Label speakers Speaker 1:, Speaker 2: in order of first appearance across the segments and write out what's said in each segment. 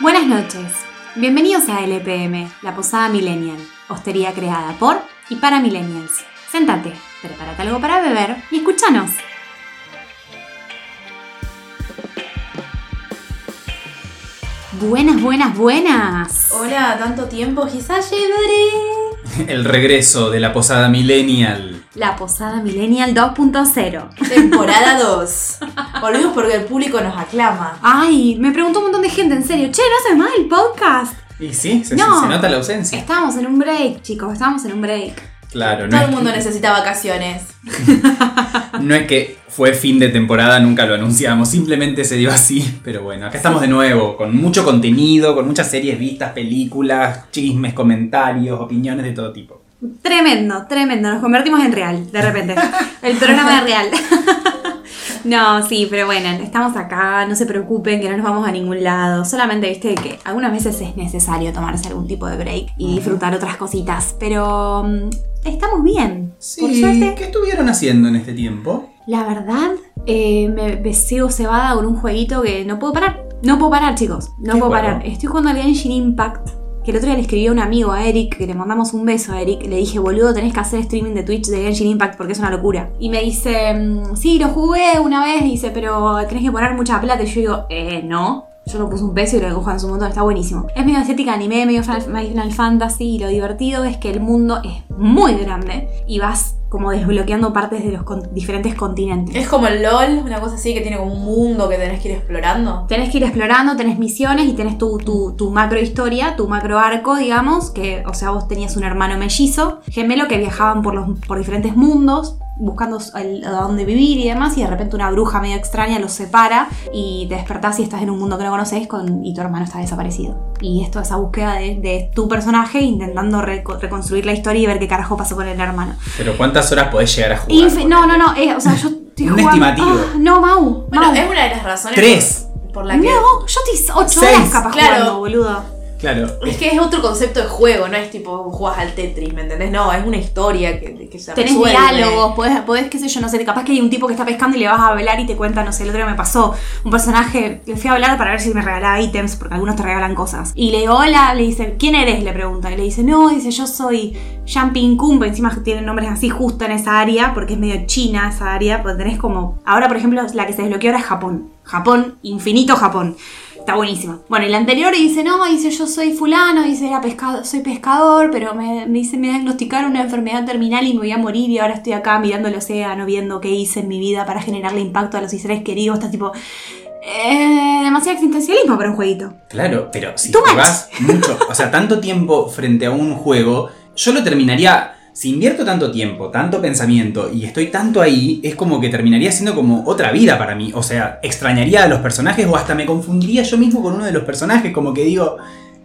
Speaker 1: Buenas noches. Bienvenidos a LPM, la Posada Millennial, hostería creada por y para millennials. Séntate, prepárate algo para beber y escúchanos. Buenas, buenas, buenas.
Speaker 2: Hola, tanto tiempo, quizás llegaré.
Speaker 3: El regreso de la posada millennial.
Speaker 1: La Posada Millennial 2.0.
Speaker 2: Temporada 2. Volvemos porque el público nos aclama.
Speaker 1: Ay, me preguntó un montón de gente, en serio, che, ¿no hace más el podcast?
Speaker 3: Y sí, se,
Speaker 1: No.
Speaker 3: se nota la ausencia.
Speaker 1: Estábamos en un break, chicos, estábamos en un break.
Speaker 3: Claro, no
Speaker 2: Todo el
Speaker 3: es,
Speaker 2: mundo necesita vacaciones.
Speaker 3: no es que fue fin de temporada, nunca lo anunciamos, simplemente se dio así. Pero bueno, acá estamos de nuevo, con mucho contenido, con muchas series vistas, películas, chismes, comentarios, opiniones de todo tipo.
Speaker 1: Tremendo, tremendo. Nos convertimos en real, de repente. El programa de real. No, sí, pero bueno, estamos acá, no se preocupen que no nos vamos a ningún lado. Solamente viste que algunas veces es necesario tomarse algún tipo de break y disfrutar otras cositas. Pero mm, estamos bien. Por suerte.
Speaker 3: ¿qué estuvieron haciendo en este tiempo?
Speaker 1: La verdad, eh, me beseo cebada con un jueguito que no puedo parar. No puedo parar, chicos. No
Speaker 3: ¿Qué
Speaker 1: puedo
Speaker 3: juego?
Speaker 1: parar. Estoy jugando al Genshin Impact. Que el otro día le escribí a un amigo, a Eric, que le mandamos un beso a Eric. Le dije, boludo, tenés que hacer streaming de Twitch de Genshin Impact porque es una locura. Y me dice, mm, sí, lo jugué una vez. Dice, pero tenés que poner mucha plata. Y yo digo, eh, no. Yo lo puse un peso y lo dibujé en su montón, está buenísimo. Es medio estética anime, medio Final- Final Fantasy y lo divertido es que el mundo es muy grande y vas como desbloqueando partes de los con- diferentes continentes.
Speaker 2: Es como el LOL, una cosa así que tiene como un mundo que tenés que ir explorando.
Speaker 1: Tenés que ir explorando, tenés misiones y tenés tu, tu, tu macro historia, tu macro arco, digamos, que, o sea, vos tenías un hermano mellizo, gemelo, que viajaban por, los, por diferentes mundos, buscando el- a dónde vivir y demás, y de repente una bruja medio extraña los separa y te despertás y estás en un mundo que no conoces con, y tu hermano está desaparecido. Y esto, esa búsqueda de, de tu personaje intentando reco- reconstruir la historia y ver qué carajo pasó con el hermano.
Speaker 3: Pero ¿cuántas horas podés llegar a jugar?
Speaker 1: Infi- no, no, no, eh, o sea, yo estoy
Speaker 3: Un
Speaker 1: jugando...
Speaker 3: estimativo.
Speaker 1: Ah, no, Mau,
Speaker 2: Bueno,
Speaker 1: Mau.
Speaker 2: es una de las razones
Speaker 3: Tres.
Speaker 2: por, por la que.
Speaker 1: No, yo te 8
Speaker 3: Seis.
Speaker 1: horas capaz
Speaker 2: Claro.
Speaker 1: jugando, boludo.
Speaker 3: Claro,
Speaker 2: Es que es otro concepto de juego, no es tipo jugás al Tetris, ¿me entendés? No, es una historia que, que se
Speaker 1: Tenés
Speaker 2: resuelve.
Speaker 1: diálogos, podés, podés, qué sé yo, no sé, capaz que hay un tipo que está pescando y le vas a hablar y te cuenta, no sé, el otro día me pasó un personaje, le fui a hablar para ver si me regalaba ítems, porque algunos te regalan cosas. Y le digo, hola, le dice, ¿quién eres? Le pregunta. Y le dice, no, dice, yo soy Jumping Kumba, encima tienen nombres así justo en esa área, porque es medio china esa área, porque tenés como, ahora por ejemplo, la que se desbloqueó ahora es Japón. Japón, infinito Japón. Está buenísima. Bueno, y la anterior dice, no, dice, yo soy fulano, dice, era pescado, soy pescador, pero me, me dice, me diagnosticaron una enfermedad terminal y me voy a morir y ahora estoy acá mirando el océano, viendo qué hice en mi vida para generarle impacto a los seres queridos. Está tipo, eh, demasiado existencialismo para un jueguito.
Speaker 3: Claro, pero si
Speaker 1: Too much.
Speaker 3: jugás mucho, o sea, tanto tiempo frente a un juego, yo lo terminaría. Si invierto tanto tiempo, tanto pensamiento y estoy tanto ahí, es como que terminaría siendo como otra vida para mí. O sea, extrañaría a los personajes o hasta me confundiría yo mismo con uno de los personajes, como que digo,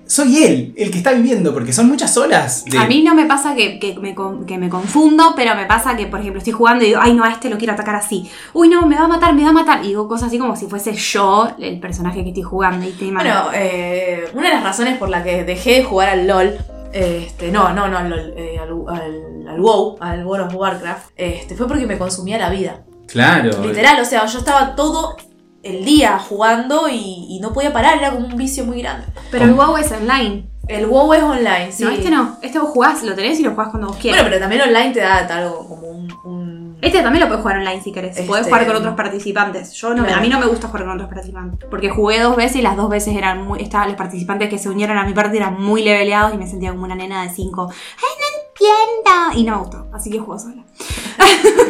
Speaker 3: soy él, el que está viviendo, porque son muchas horas. De...
Speaker 1: A mí no me pasa que, que me, con- que me confundo, pero me pasa que, por ejemplo, estoy jugando y digo, ay, no, a este lo quiero atacar así. Uy, no, me va a matar, me va a matar. Y digo cosas así como si fuese yo el personaje que estoy jugando. Y te
Speaker 2: Bueno, eh, una de las razones por la que dejé de jugar al LOL, este, no, no, no al LOL, eh, al, al- al WoW, al World of Warcraft, este, fue porque me consumía la vida.
Speaker 3: Claro.
Speaker 2: Literal, o sea, yo estaba todo el día jugando y, y no podía parar, era como un vicio muy grande.
Speaker 1: pero el WoW es online.
Speaker 2: El WoW es online, sí.
Speaker 1: No, este no. Este vos jugás, lo tenés y lo jugás cuando vos quieras.
Speaker 2: Bueno, pero también online te da algo como un... un-
Speaker 1: este también lo puedes jugar online si querés. Podés
Speaker 2: Este-
Speaker 1: jugar con otros participantes. Yo no me-
Speaker 2: Claro.
Speaker 1: a mí no me gusta jugar con otros participantes. Porque jugué dos veces y las dos veces eran muy. Estaban los participantes que se unieron a mi parte eran muy leveleados y me sentía como una nena de 5. ¡Ay, no entiendo! Y no me gustó. Así que juego sola.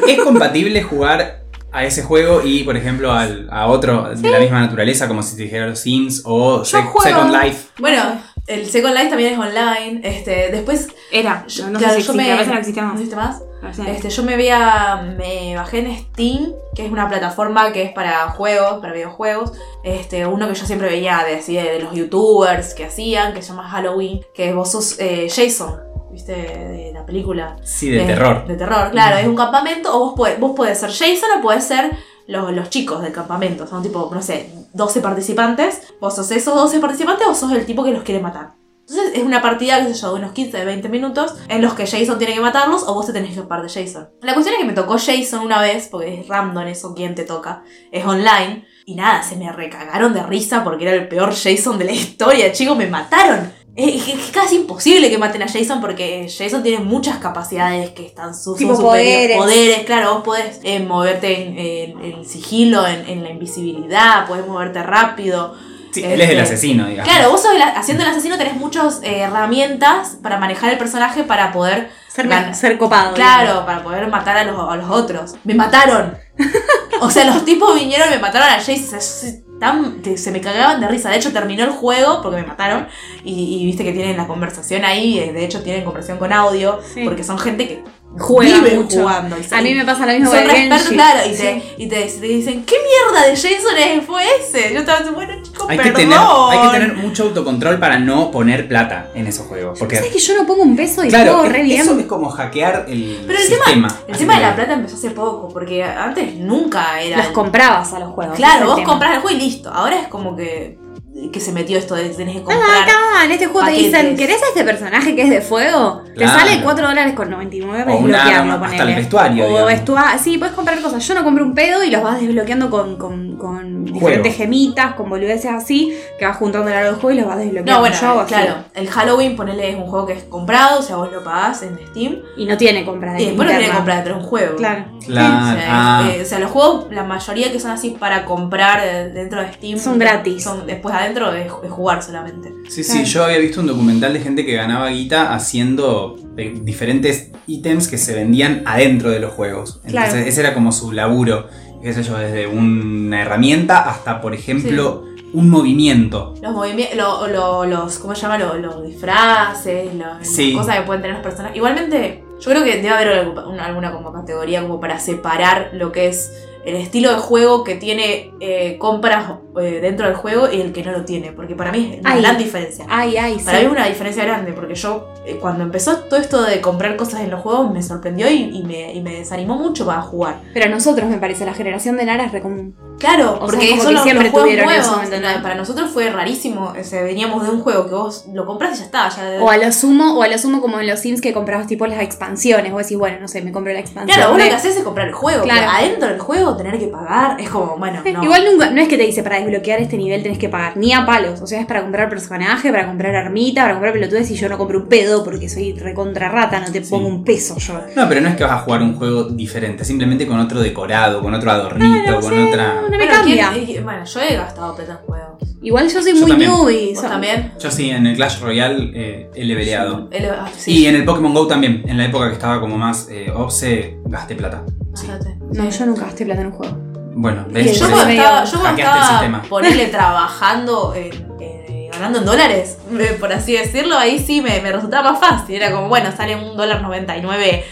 Speaker 3: ¿Es compatible jugar a ese juego y, por ejemplo, al- a otro de la misma naturaleza, como si te dijera los Sims
Speaker 1: Yo
Speaker 3: o Sec-
Speaker 1: juego-
Speaker 3: Second Life?
Speaker 2: Bueno, el Second Life también es online, este, después...
Speaker 1: Era. Yo, no
Speaker 2: claro,
Speaker 1: sé si existe, a veces no existe
Speaker 2: ¿No
Speaker 1: más.
Speaker 2: existe más?
Speaker 1: A veces no existe.
Speaker 2: Este, yo me veía, me bajé en Steam, que es una plataforma que es para juegos, para videojuegos. Este, uno que yo siempre veía de, así, de, de los youtubers que hacían, que se llama Halloween, que vos sos eh, Jason, ¿viste? De la película.
Speaker 3: Sí, de
Speaker 2: Eh,
Speaker 3: terror.
Speaker 2: De terror, claro. Es un campamento o vos podés, vos podés ser Jason o podés ser los, los chicos del campamento. Son tipo, no sé, 12 participantes. Vos sos esos 12 participantes o sos el tipo que los quiere matar. Entonces es una partida, qué sé yo, de unos 15, 20 minutos en los que Jason tiene que matarlos o vos te tenés que escapar de Jason. La cuestión es que me tocó Jason una vez, porque es random eso quien te toca, es online. Y nada, se me recagaron de risa porque era el peor Jason de la historia, chicos, me mataron. Es, es- es casi imposible que maten a Jason porque Jason tiene muchas capacidades que están sus
Speaker 4: Tipo
Speaker 2: sus superiores.
Speaker 4: poderes.
Speaker 2: poderes. Claro, vos podés eh, moverte en, en- en sigilo, en, en la invisibilidad, podés moverte rápido.
Speaker 3: Sí, él es el
Speaker 2: Este,
Speaker 3: asesino, digamos.
Speaker 2: Claro, vos sos el- haciendo el asesino tenés muchas eh, herramientas para manejar el personaje para poder.
Speaker 4: Ser,
Speaker 2: Claro.
Speaker 4: ser copado. digamos.
Speaker 2: Claro, para poder matar a los, a los otros. Me mataron. O sea, los tipos vinieron y me mataron a Jace. Se, se- tan- te- se me cagaban de risa. De hecho, terminó el juego porque me mataron. Y, y viste que tienen la conversación ahí. eh, De hecho, tienen conversación con audio.
Speaker 4: Sí.
Speaker 2: Porque son gente que
Speaker 4: Juega
Speaker 2: vive
Speaker 4: mucho.
Speaker 2: jugando. y se-
Speaker 4: A mí me pasa lo mismo
Speaker 2: son
Speaker 4: con
Speaker 2: re
Speaker 4: el
Speaker 2: expertos,
Speaker 4: Genji.
Speaker 2: claro, y, te, y te, te dicen, ¿qué mierda de Jason es- fue ese? Yo estaba diciendo, bueno, chicos,
Speaker 3: Hay que,
Speaker 2: perdón.
Speaker 3: tener, hay que tener mucho autocontrol para no poner plata en esos juegos.
Speaker 4: ¿Sabes
Speaker 3: Porque,
Speaker 4: que yo no pongo un peso y
Speaker 3: claro,
Speaker 4: juego re
Speaker 3: es-
Speaker 4: bien?
Speaker 3: eso es como hackear el
Speaker 2: Pero el tema-
Speaker 3: sistema.
Speaker 2: El tema de la plata empezó hace poco, porque antes nunca era.
Speaker 4: Los
Speaker 2: el-
Speaker 4: comprabas a los juegos. ese
Speaker 2: Claro,
Speaker 4: es
Speaker 2: vos
Speaker 4: el tema.
Speaker 2: compras el juego y listo. Ahora es como que, que se metió esto de tenés que comprar.
Speaker 4: Ah, en este juego te dicen,
Speaker 2: Paquetes.
Speaker 4: ¿querés a este personaje que es de fuego? Te
Speaker 3: Claro.
Speaker 4: sale 4 dólares con 99
Speaker 3: O un
Speaker 4: desbloquearlo,
Speaker 3: arma, hasta
Speaker 4: ponele.
Speaker 3: el vestuario,
Speaker 4: O
Speaker 3: digamos.
Speaker 4: vestua- sí, puedes comprar cosas. Yo no compré un pedo y los vas desbloqueando con, con, con diferentes gemitas, con boludeces así, que vas juntando a lo largo del juego y los vas desbloqueando.
Speaker 2: No, bueno,
Speaker 4: Yo hago así.
Speaker 2: claro. El Halloween, ponele, es un juego que es comprado, o sea, vos lo pagás en Steam.
Speaker 4: Y no tiene compra de
Speaker 2: Y después lo tenés que
Speaker 4: interna.
Speaker 2: comprar dentro de un juego.
Speaker 4: Claro.
Speaker 2: O sea,
Speaker 3: Claro,
Speaker 2: es-
Speaker 3: ah,
Speaker 2: eh, o sea, los juegos, la mayoría que son así para comprar eh, dentro de Steam.
Speaker 4: Son gratis.
Speaker 2: Son, después adentro es, es jugar solamente.
Speaker 3: Sí, sí,
Speaker 4: Claro.
Speaker 3: yo había visto un documental de gente que ganaba guita haciendo eh, diferentes ítems que se vendían adentro de los juegos. Entonces,
Speaker 4: Claro.
Speaker 3: ese era como su laburo, qué sé yo, desde una herramienta hasta, por ejemplo, un movimiento.
Speaker 2: Los movimientos, lo, lo- los, ¿cómo se llama? Lo- Los, disfraces, lo-
Speaker 3: Sí.
Speaker 2: las cosas que pueden tener las personas. Igualmente, yo creo que debe haber algu- una- alguna como categoría como para separar lo que es el estilo de juego que tiene eh, compras eh, dentro del juego y el que no lo tiene. Porque para mí es una
Speaker 4: Ay.
Speaker 2: gran diferencia.
Speaker 4: Ay, ay, sí.
Speaker 2: Para mí es una diferencia grande, porque yo eh, cuando empezó todo esto de comprar cosas en los juegos me sorprendió y, y me, y me desanimó mucho para jugar.
Speaker 4: Pero a nosotros, me parece, la generación de Nara es re común.
Speaker 2: Claro,
Speaker 4: sea,
Speaker 2: porque
Speaker 4: como
Speaker 2: son
Speaker 4: que
Speaker 2: los,
Speaker 4: siempre
Speaker 2: los juegos
Speaker 4: tuvieron
Speaker 2: nuevos,
Speaker 4: eso,
Speaker 2: ¿entendés?
Speaker 4: ¿entendés?
Speaker 2: Para nosotros fue rarísimo, o sea, veníamos de un juego que vos lo compras y ya está. Ya
Speaker 4: O a lo sumo, o a lo sumo como en los Sims que comprabas tipo las expansiones. Vos decís, bueno, no sé, me compro la expansión.
Speaker 2: Claro, vos lo
Speaker 4: de-
Speaker 2: que haces es comprar el juego,
Speaker 4: ¿eh? Claro.
Speaker 2: pero adentro del juego tener que pagar es como, bueno,
Speaker 4: Eh,
Speaker 2: no.
Speaker 4: Igual nunca, no es que te dice para desbloquear este nivel tenés que pagar, ni a palos. O sea, es para comprar personaje, para comprar armita, para comprar pelotudes y yo no compro un pedo porque soy recontra rata, no te
Speaker 3: Sí.
Speaker 4: pongo un peso yo.
Speaker 3: No, pero no es que vas a jugar un juego diferente, simplemente con otro decorado, con otro adornito, con otra...
Speaker 4: No, no me
Speaker 2: Bueno, ¿quién-
Speaker 4: cambia.
Speaker 2: eh, bueno, yo he gastado plata en juegos.
Speaker 4: Igual yo soy
Speaker 3: Yo
Speaker 4: muy
Speaker 3: también.
Speaker 4: newbie.
Speaker 2: ¿Vos
Speaker 4: so-
Speaker 2: también?
Speaker 3: Yo sí, en el Clash Royale eh, he leveleado.
Speaker 2: Él- ah,
Speaker 3: Y en el Pokémon GO también, en la época que estaba como más eh, obse, gasté plata. Sí.
Speaker 2: Bastante.
Speaker 4: No, yo nunca gasté plata en un juego.
Speaker 3: Bueno,
Speaker 2: Y
Speaker 3: ¿ves?
Speaker 2: yo
Speaker 4: Sí.
Speaker 2: cuando
Speaker 4: Medio
Speaker 2: estaba, yo cuando
Speaker 3: hackeaste el
Speaker 2: estaba
Speaker 3: sistema.
Speaker 2: ponele trabajando, en- en- ganando en dólares, eh, por así decirlo, ahí sí me, me resultaba más fácil. Era como, bueno, sale un dólar 99,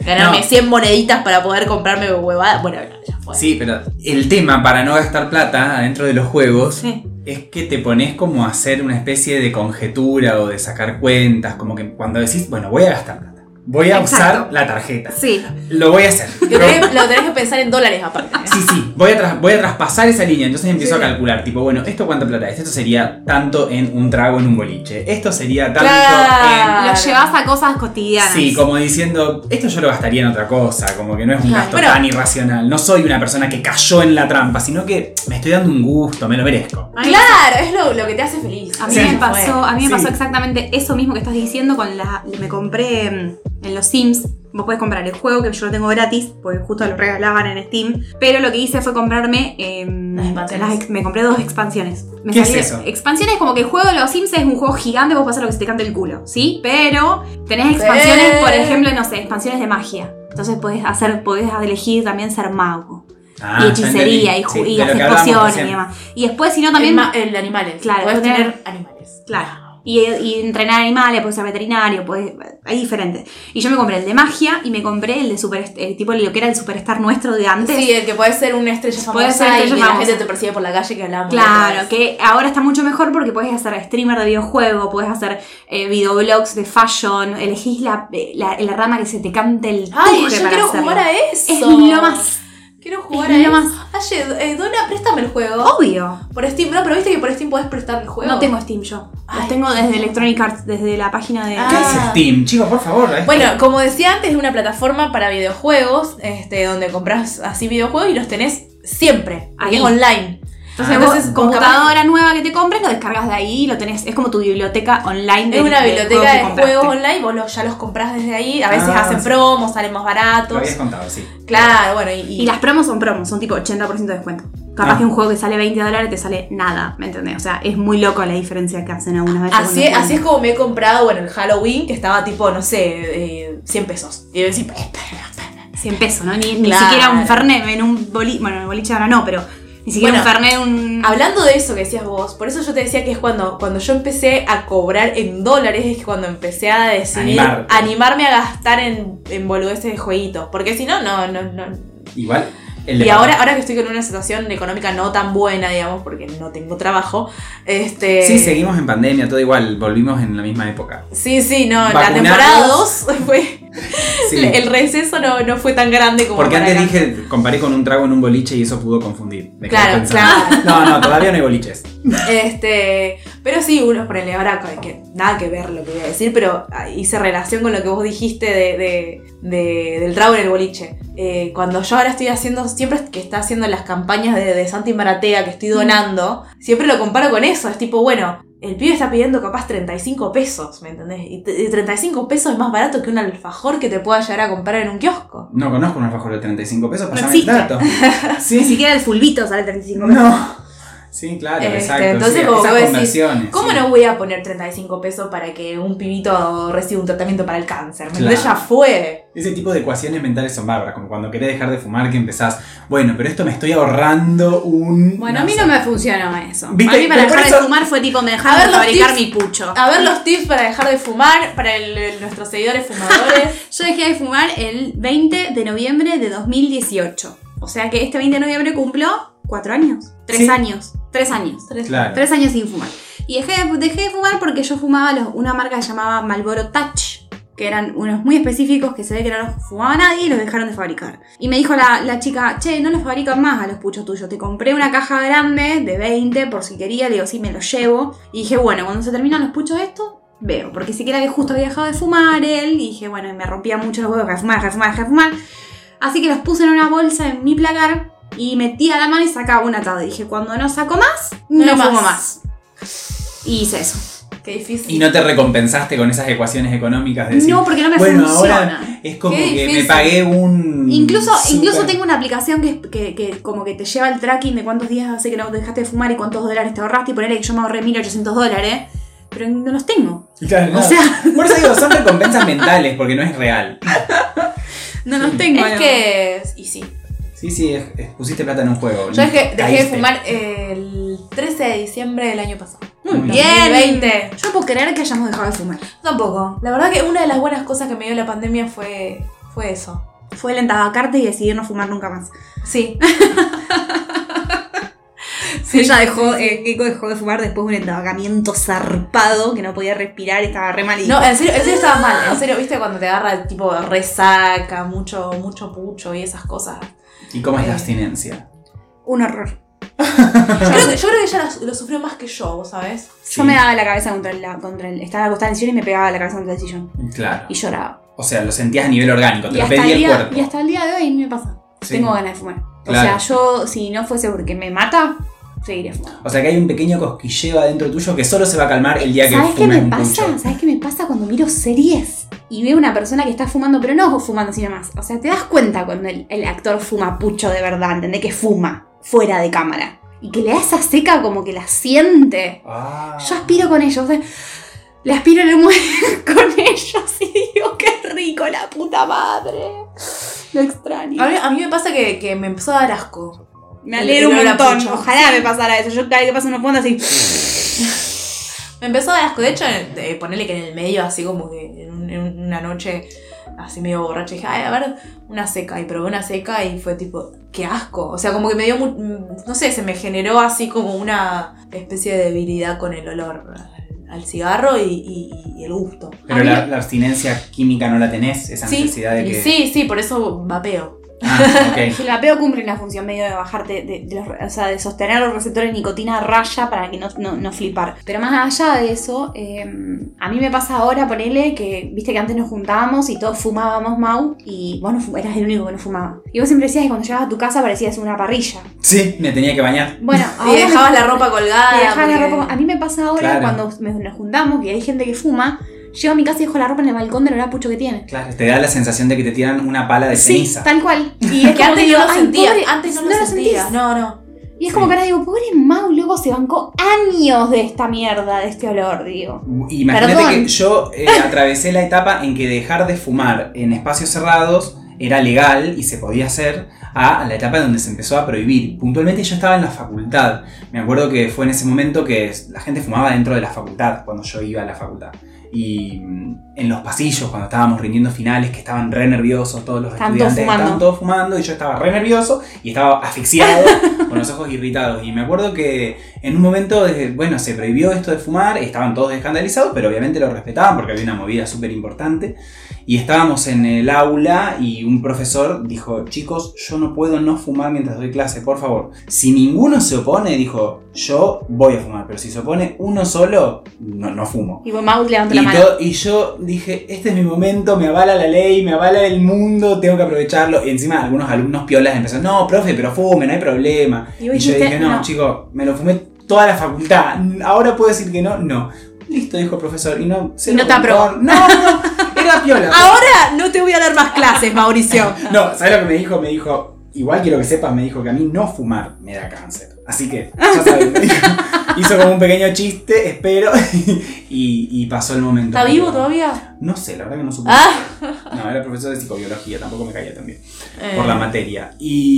Speaker 2: ganarme
Speaker 3: No.
Speaker 2: 100 moneditas para poder comprarme huevadas. Bueno, ya fue.
Speaker 3: Sí, pero el tema para no gastar plata dentro de los juegos
Speaker 2: Sí.
Speaker 3: es que te pones como a hacer una especie de conjetura o de sacar cuentas, como que cuando decís, bueno, voy a gastar plata, voy a
Speaker 4: Exacto.
Speaker 3: usar la tarjeta,
Speaker 4: Sí.
Speaker 3: lo voy a hacer.
Speaker 2: Lo
Speaker 3: Pero-
Speaker 2: tenés, lo tenés que pensar en dólares aparte. ¿eh?
Speaker 3: Sí, sí, voy a, tras- voy a traspasar esa línea, entonces empiezo
Speaker 2: Sí.
Speaker 3: a calcular, tipo, bueno, ¿esto cuánta plata es? Esto sería tanto en un trago en un boliche, esto sería tanto
Speaker 2: Claro.
Speaker 3: en...
Speaker 1: Lo llevas a cosas cotidianas.
Speaker 3: Sí, como diciendo, esto yo lo gastaría en otra cosa, como que no es un
Speaker 2: Claro.
Speaker 3: gasto
Speaker 2: Bueno.
Speaker 3: tan irracional, no soy una persona que cayó en la trampa, sino que me estoy dando un gusto, me lo merezco.
Speaker 1: A mí
Speaker 2: Claro, es lo, lo que te hace feliz.
Speaker 1: A mí,
Speaker 3: Sí.
Speaker 1: me pasó, a mí me
Speaker 3: Sí.
Speaker 1: pasó exactamente eso mismo que estás diciendo con la... Me compré mm, en los Sims, vos podés comprar el juego que yo lo tengo gratis, porque justo lo regalaban en Steam, pero lo que hice fue comprarme... em,
Speaker 2: Las expansiones.
Speaker 1: las ex- me compré dos expansiones. Me
Speaker 3: ¿Qué es eso?
Speaker 1: Expansiones como que el juego de los Sims es un juego gigante, vos pasar lo que se te cante el culo, ¿sí? Pero tenés expansiones, por ejemplo, no sé, expansiones de magia. Entonces podés hacer, podés elegir también ser mago.
Speaker 3: Ah,
Speaker 1: y
Speaker 3: ya
Speaker 1: hechicería y,
Speaker 3: entendí.
Speaker 1: ju-
Speaker 3: Sí,
Speaker 1: y
Speaker 3: de lo
Speaker 1: hacer
Speaker 3: que hablábamos
Speaker 1: pociones y
Speaker 3: recién.
Speaker 1: demás. Y después, si no,
Speaker 2: También
Speaker 1: también
Speaker 2: el animales.
Speaker 1: Claro,
Speaker 2: Puedes
Speaker 1: tener-
Speaker 2: tener animales.
Speaker 1: Claro. Y, y entrenar animales, puede ser veterinario, puede, hay diferentes. Y yo me compré el de magia y me compré el de super, el tipo lo que era el superstar nuestro de antes.
Speaker 2: Sí, el que puede ser una estrella famosa
Speaker 1: Puede ser estrella
Speaker 2: y que la
Speaker 1: famosa.
Speaker 2: gente te persigue por la calle que hablamos.
Speaker 1: Claro,
Speaker 2: que
Speaker 1: que ahora está mucho mejor porque puedes hacer streamer de videojuego, puedes hacer eh, videoblogs de fashion, elegís la, la, la rama que se te cante el
Speaker 2: Ay,
Speaker 1: tuje
Speaker 2: yo
Speaker 1: para
Speaker 2: quiero
Speaker 1: hacerlo.
Speaker 2: jugar a eso.
Speaker 1: Es lo más.
Speaker 2: Quiero jugar
Speaker 1: Es
Speaker 2: a
Speaker 1: lo
Speaker 2: eso.
Speaker 1: más.
Speaker 2: Ah, Calle, eh, Dona, préstame el juego.
Speaker 5: Obvio.
Speaker 2: Por Steam, no, pero viste que por Steam podés prestar el juego.
Speaker 5: No tengo Steam yo.
Speaker 2: Ay,
Speaker 5: Los tengo desde Electronic Arts, desde la página de.
Speaker 3: ¿Qué
Speaker 2: Ah.
Speaker 3: es Steam? Chicos, por favor. eh.
Speaker 2: Bueno, como decía antes, es una plataforma para videojuegos, este, donde compras así videojuegos y los tenés siempre, porque
Speaker 5: Ahí.
Speaker 2: es online.
Speaker 3: Ah,
Speaker 1: Ah.
Speaker 5: Entonces,
Speaker 2: Entonces,
Speaker 5: vos,
Speaker 2: como
Speaker 5: computadora nueva que te compres, lo descargas de ahí y lo tenés. Es como tu biblioteca online de
Speaker 2: Es una
Speaker 5: de
Speaker 2: biblioteca de
Speaker 5: que compraste.
Speaker 2: juegos online, vos los- ya los compras desde ahí, a veces
Speaker 3: Ah,
Speaker 2: hacen
Speaker 3: sí.
Speaker 2: promos, salen más
Speaker 3: Lo
Speaker 2: baratos.
Speaker 3: habías contado, sí.
Speaker 2: Claro, bueno, y, y-
Speaker 5: Y las promos son promos, son tipo 80% de descuento. Capaz
Speaker 3: Ah.
Speaker 5: que un juego que sale 20 dólares te sale nada, ¿me entendés? O sea, es muy loco la diferencia que hacen algunas veces.
Speaker 2: así,
Speaker 5: cuando
Speaker 2: así es como me he comprado, bueno, el Halloween, que estaba tipo, no sé, eh, 100 pesos. Y yo decía, "Pe- pe- pe- pe".
Speaker 5: 100 pesos, ¿no? Ni, ni
Speaker 2: Claro.
Speaker 5: siquiera un Fernet en un boliche. Bueno, en el boliche ahora no, pero ni siquiera
Speaker 2: Bueno,
Speaker 5: un Fernet en un.
Speaker 2: Hablando de eso que decías vos, por eso yo te decía que es cuando, cuando yo empecé a cobrar en dólares, es cuando empecé a decidir
Speaker 3: Animarte.
Speaker 2: animarme a gastar en, en boludeces de jueguitos. Porque si no, no, no, no,
Speaker 3: Igual. el de
Speaker 2: Y ahora,
Speaker 3: papá.
Speaker 2: ahora que estoy con una situación económica no tan buena, digamos, porque no tengo trabajo, este...
Speaker 3: Sí, seguimos en pandemia, todo igual. Volvimos en la misma época.
Speaker 2: Sí, sí, no, la
Speaker 3: Vacunados.
Speaker 2: temporada 2 fue...
Speaker 3: Sí.
Speaker 2: El receso no, no fue tan grande como...
Speaker 3: Porque
Speaker 2: para
Speaker 3: antes
Speaker 2: acá.
Speaker 3: dije, comparé con un trago en un boliche y eso pudo confundir. Me quedé
Speaker 2: Claro,
Speaker 3: pensando. No, no, todavía no hay boliches.
Speaker 2: Este, pero sí, uno ponele ahora con- que nada que ver lo que voy a decir, pero ah, hice relación con lo que vos dijiste de, de- de- del trago en el boliche. Eh, cuando yo ahora estoy haciendo, siempre que está haciendo las campañas de, de Santi Maratea que estoy
Speaker 3: Mm.
Speaker 2: donando, siempre lo comparo con eso. Es tipo, bueno, el pibe está pidiendo capaz 35 pesos, ¿me entendés? Y, t- y 35 pesos es más barato que un alfajor que te pueda llegar a comprar en un kiosco.
Speaker 3: No conozco un alfajor de 35 pesos,
Speaker 5: No
Speaker 3: pasame el
Speaker 5: existe.
Speaker 3: dato.
Speaker 1: Ni
Speaker 3: Sí.
Speaker 1: siquiera el fulbito sale 35 pesos.
Speaker 3: No. Sí, claro,
Speaker 2: Este,
Speaker 3: exacto.
Speaker 2: entonces,
Speaker 3: sí,
Speaker 2: como
Speaker 3: esas
Speaker 2: vos decís,
Speaker 3: conversiones,
Speaker 2: ¿Cómo
Speaker 3: sí.
Speaker 2: no voy a poner 35 pesos para que un pibito reciba un tratamiento para el cáncer? ¿Me entendés?
Speaker 3: Claro.
Speaker 2: Ya fue.
Speaker 3: Ese tipo de ecuaciones mentales son bárbaras, como cuando querés dejar de fumar que empezás, bueno, pero esto me estoy ahorrando un...
Speaker 1: Bueno, a mí no me funcionó eso.
Speaker 3: ¿Viste?
Speaker 1: A mí para
Speaker 3: Pero por
Speaker 1: dejar
Speaker 3: eso-
Speaker 1: de fumar fue tipo, me
Speaker 2: A ver
Speaker 1: dejaron
Speaker 2: los
Speaker 1: fabricar
Speaker 2: tips.
Speaker 1: mi pucho.
Speaker 2: A ver los tips para dejar de fumar, para el- el- nuestros seguidores fumadores.
Speaker 1: Yo dejé de fumar el 20 de noviembre de 2018. O sea que este 20 de noviembre cumplo cuatro años. Tres
Speaker 3: Sí.
Speaker 1: años. Tres años.
Speaker 3: Claro.
Speaker 1: Tres años sin fumar. Y dejé de, dejé de fumar porque yo fumaba los- una marca que llamaba Marlboro Touch, que eran unos muy específicos que se ve que no los fumaba nadie y los dejaron de fabricar. Y me dijo la, la chica, che, no los fabrican más a los puchos tuyos. Te compré una caja grande de 20 por si quería, le digo, sí, me los llevo. Y dije, bueno, cuando se terminan los puchos estos, veo. Porque siquiera que justo había dejado de fumar él, y dije, bueno, y me rompía mucho los huevos, dejé de fumar, dejé de fumar, dejé de fumar. Así que los puse en una bolsa en mi placar y metía la mano y sacaba una atado. Y dije, cuando no saco más,
Speaker 2: No
Speaker 1: no,
Speaker 2: más.
Speaker 1: fumo más. Y hice eso.
Speaker 2: Qué difícil.
Speaker 3: Y no te recompensaste con esas ecuaciones económicas de decir,
Speaker 1: no, porque no me
Speaker 3: bueno,
Speaker 1: funciona.
Speaker 3: ahora mm, es como
Speaker 2: Qué
Speaker 3: que me
Speaker 2: difícil.
Speaker 3: pagué un...
Speaker 1: Incluso,
Speaker 3: super-
Speaker 1: incluso tengo una aplicación que, es- que, que como que te lleva el tracking de cuántos días hace que no dejaste de fumar y cuántos dólares te ahorraste y ponerle que yo me ahorré 1800 dólares, pero no los tengo.
Speaker 3: Claro,
Speaker 1: O
Speaker 3: no.
Speaker 1: sea,
Speaker 3: Por eso digo, son recompensas mentales, porque no es real.
Speaker 1: no los tengo.
Speaker 2: es
Speaker 1: no.
Speaker 2: que. Y sí.
Speaker 3: Sí, sí, es- es- pusiste plata en un juego.
Speaker 2: Yo es que dejé
Speaker 3: Caíste.
Speaker 2: de fumar el 13 de diciembre del año pasado.
Speaker 3: Muy bien.
Speaker 1: Bien.
Speaker 2: 2020.
Speaker 1: Yo no puedo creer que hayamos dejado de fumar.
Speaker 2: Tampoco. La verdad que una de las buenas cosas que me dio la pandemia fue. fue eso.
Speaker 1: Fue el entabacarte y decidir no fumar nunca más.
Speaker 2: Sí.
Speaker 1: Ella dejó, eh, Keiko dejó de fumar después de un entabacamiento zarpado que no podía respirar, estaba re mal. y-
Speaker 2: No, en serio, en serio estaba mal. En serio, viste cuando te agarra tipo resaca, mucho, mucho pucho y esas cosas.
Speaker 3: ¿Y cómo es la abstinencia?
Speaker 1: Un horror.
Speaker 2: Yo creo que, yo creo que ella lo, lo sufrió más que yo, ¿vos sabés?
Speaker 1: Yo me daba la cabeza contra el, la- contra el. Estaba acostada en el sillón y me pegaba la cabeza contra el sillón.
Speaker 3: Claro.
Speaker 1: Y lloraba.
Speaker 3: O sea, lo sentías a nivel orgánico, te
Speaker 1: Y
Speaker 3: lo
Speaker 1: hasta, el
Speaker 3: pedía el
Speaker 1: día,
Speaker 3: cuerpo.
Speaker 1: y hasta el día de hoy me pasa.
Speaker 3: Sí.
Speaker 1: Tengo ganas de fumar.
Speaker 3: Claro.
Speaker 1: O sea, yo, si no fuese porque me mata, seguiría fumando.
Speaker 3: O sea que hay un pequeño cosquilleo adentro tuyo que solo se va a calmar el día que
Speaker 1: ¿Sabes qué
Speaker 3: fumes
Speaker 1: me
Speaker 3: un
Speaker 1: pasa?
Speaker 3: pucho.
Speaker 1: ¿Sabes qué me pasa cuando miro series y veo una persona que está fumando, pero no fumando sino más? O sea, te das cuenta cuando el, el actor fuma pucho de verdad, ¿entendés? Que fuma fuera de cámara. Y que le da esa seca como que la siente.
Speaker 3: Ah.
Speaker 1: Yo aspiro con ellos. o sea, le aspiro le muero con ellos y digo, qué rico la puta madre. Lo extraño.
Speaker 2: A mí, a mí me pasa que, que me empezó a dar asco.
Speaker 1: me
Speaker 2: el-
Speaker 1: alegro
Speaker 2: el
Speaker 1: un
Speaker 2: olor a
Speaker 1: montón.
Speaker 2: pucho.
Speaker 1: Ojalá me pasara eso. Yo cada vez que paso una fonda así.
Speaker 2: Me empezó a dar asco. De hecho, eh, ponerle que en el medio, así como que en, un- en una noche, así medio borracha, dije, ay, a ver, una seca. Y probé una seca y fue tipo, qué asco. O sea, como que me dio, mu- mm, no sé, se me generó así como una especie de debilidad con el olor al, al cigarro y, y- y el gusto.
Speaker 3: Pero la, la abstinencia química no la tenés, esa
Speaker 2: Sí,
Speaker 3: necesidad de
Speaker 2: y
Speaker 3: que.
Speaker 2: sí, sí, por eso vapeo.
Speaker 3: Ah, ok.
Speaker 1: El vapeo cumple la función medio de bajarte, de, de los- o sea, de sostener los receptores de nicotina a raya para que no, no- no flipar. Pero más allá de eso, eh, a mí me pasa ahora, ponele, que viste que antes nos juntábamos y todos fumábamos Mau y vos no fu- eras el único que no fumaba. Y vos siempre decías que cuando llegabas a tu casa parecías una parrilla.
Speaker 3: Sí, me tenía que bañar.
Speaker 1: Bueno,
Speaker 2: Y
Speaker 1: ahora me-
Speaker 2: Ah, dejabas la ropa colgada.
Speaker 1: y dejaba la
Speaker 2: porque-
Speaker 1: ropa- A mí me pasa ahora
Speaker 3: Claro.
Speaker 1: cuando me- nos juntamos, que hay gente que fuma, llego a mi casa y dejo la ropa en el balcón del olor a pucho que tiene.
Speaker 3: Claro, te da la sensación de que te tiran una pala de
Speaker 1: Sí,
Speaker 3: ceniza.
Speaker 1: tal cual.
Speaker 2: Y es que
Speaker 1: Como
Speaker 2: antes
Speaker 1: digo,
Speaker 2: no lo
Speaker 1: ay,
Speaker 2: sentías.
Speaker 1: pobre,
Speaker 2: Antes no,
Speaker 1: no
Speaker 2: lo
Speaker 1: lo
Speaker 2: sentías.
Speaker 1: sentís.
Speaker 2: No, no.
Speaker 1: Y es como
Speaker 3: Sí.
Speaker 1: que ahora digo, pobre Mau, luego se bancó años de esta mierda, de este olor, digo.
Speaker 3: Imagínate
Speaker 1: Perdón.
Speaker 3: que yo eh, atravesé la etapa en que dejar de fumar en espacios cerrados era legal y se podía hacer a la etapa donde se empezó a prohibir. Puntualmente yo estaba en la facultad. Me acuerdo que fue en ese momento que la gente fumaba dentro de la facultad, cuando yo iba a la facultad. Y mm, en los pasillos, cuando estábamos rindiendo finales, que estaban re nerviosos todos los
Speaker 1: Estaban todos
Speaker 3: estudiantes,
Speaker 1: fumando.
Speaker 3: estaban todos fumando y yo estaba re nervioso y estaba asfixiado, con los ojos irritados. Y me acuerdo que en un momento, eh, bueno, se prohibió esto de fumar, estaban todos escandalizados, pero obviamente lo respetaban porque había una movida súper importante. Y estábamos en el aula y un profesor dijo, chicos, yo no puedo no fumar mientras doy clase, por favor. Si ninguno se opone, dijo, yo voy a fumar, pero si se opone uno solo, no, no fumo.
Speaker 1: Y vos, Mau levantó
Speaker 3: Y,
Speaker 1: la mano.
Speaker 3: to- y yo dije, este es mi momento, me avala la ley, me avala el mundo, tengo que aprovecharlo. Y encima algunos alumnos piolas empezaron, no, profe, pero fume, no hay problema.
Speaker 1: Y vos
Speaker 3: Y yo
Speaker 1: dijiste,
Speaker 3: dije, no,
Speaker 1: no.
Speaker 3: chico, me lo fumé toda la facultad. Ahora puedo decir que no, no. Listo, dijo el profesor. Y no se
Speaker 1: Y no
Speaker 3: lo
Speaker 1: te
Speaker 3: compró.
Speaker 1: aprobó.
Speaker 3: No, no, era piola.
Speaker 2: Ahora no te voy a dar más clases, Mauricio.
Speaker 3: No, ¿sabes lo que me dijo? Me dijo, igual quiero que sepas, me dijo que a mí no fumar me da cáncer. Así que, ya sabes, me dijo. hizo como un pequeño chiste, espero, y, y pasó el momento.
Speaker 2: ¿Está vivo Ah. todavía?
Speaker 3: No sé, la verdad que no supe. No, era profesor de psicobiología, tampoco me caía tan bien
Speaker 2: Eh,
Speaker 3: por la materia.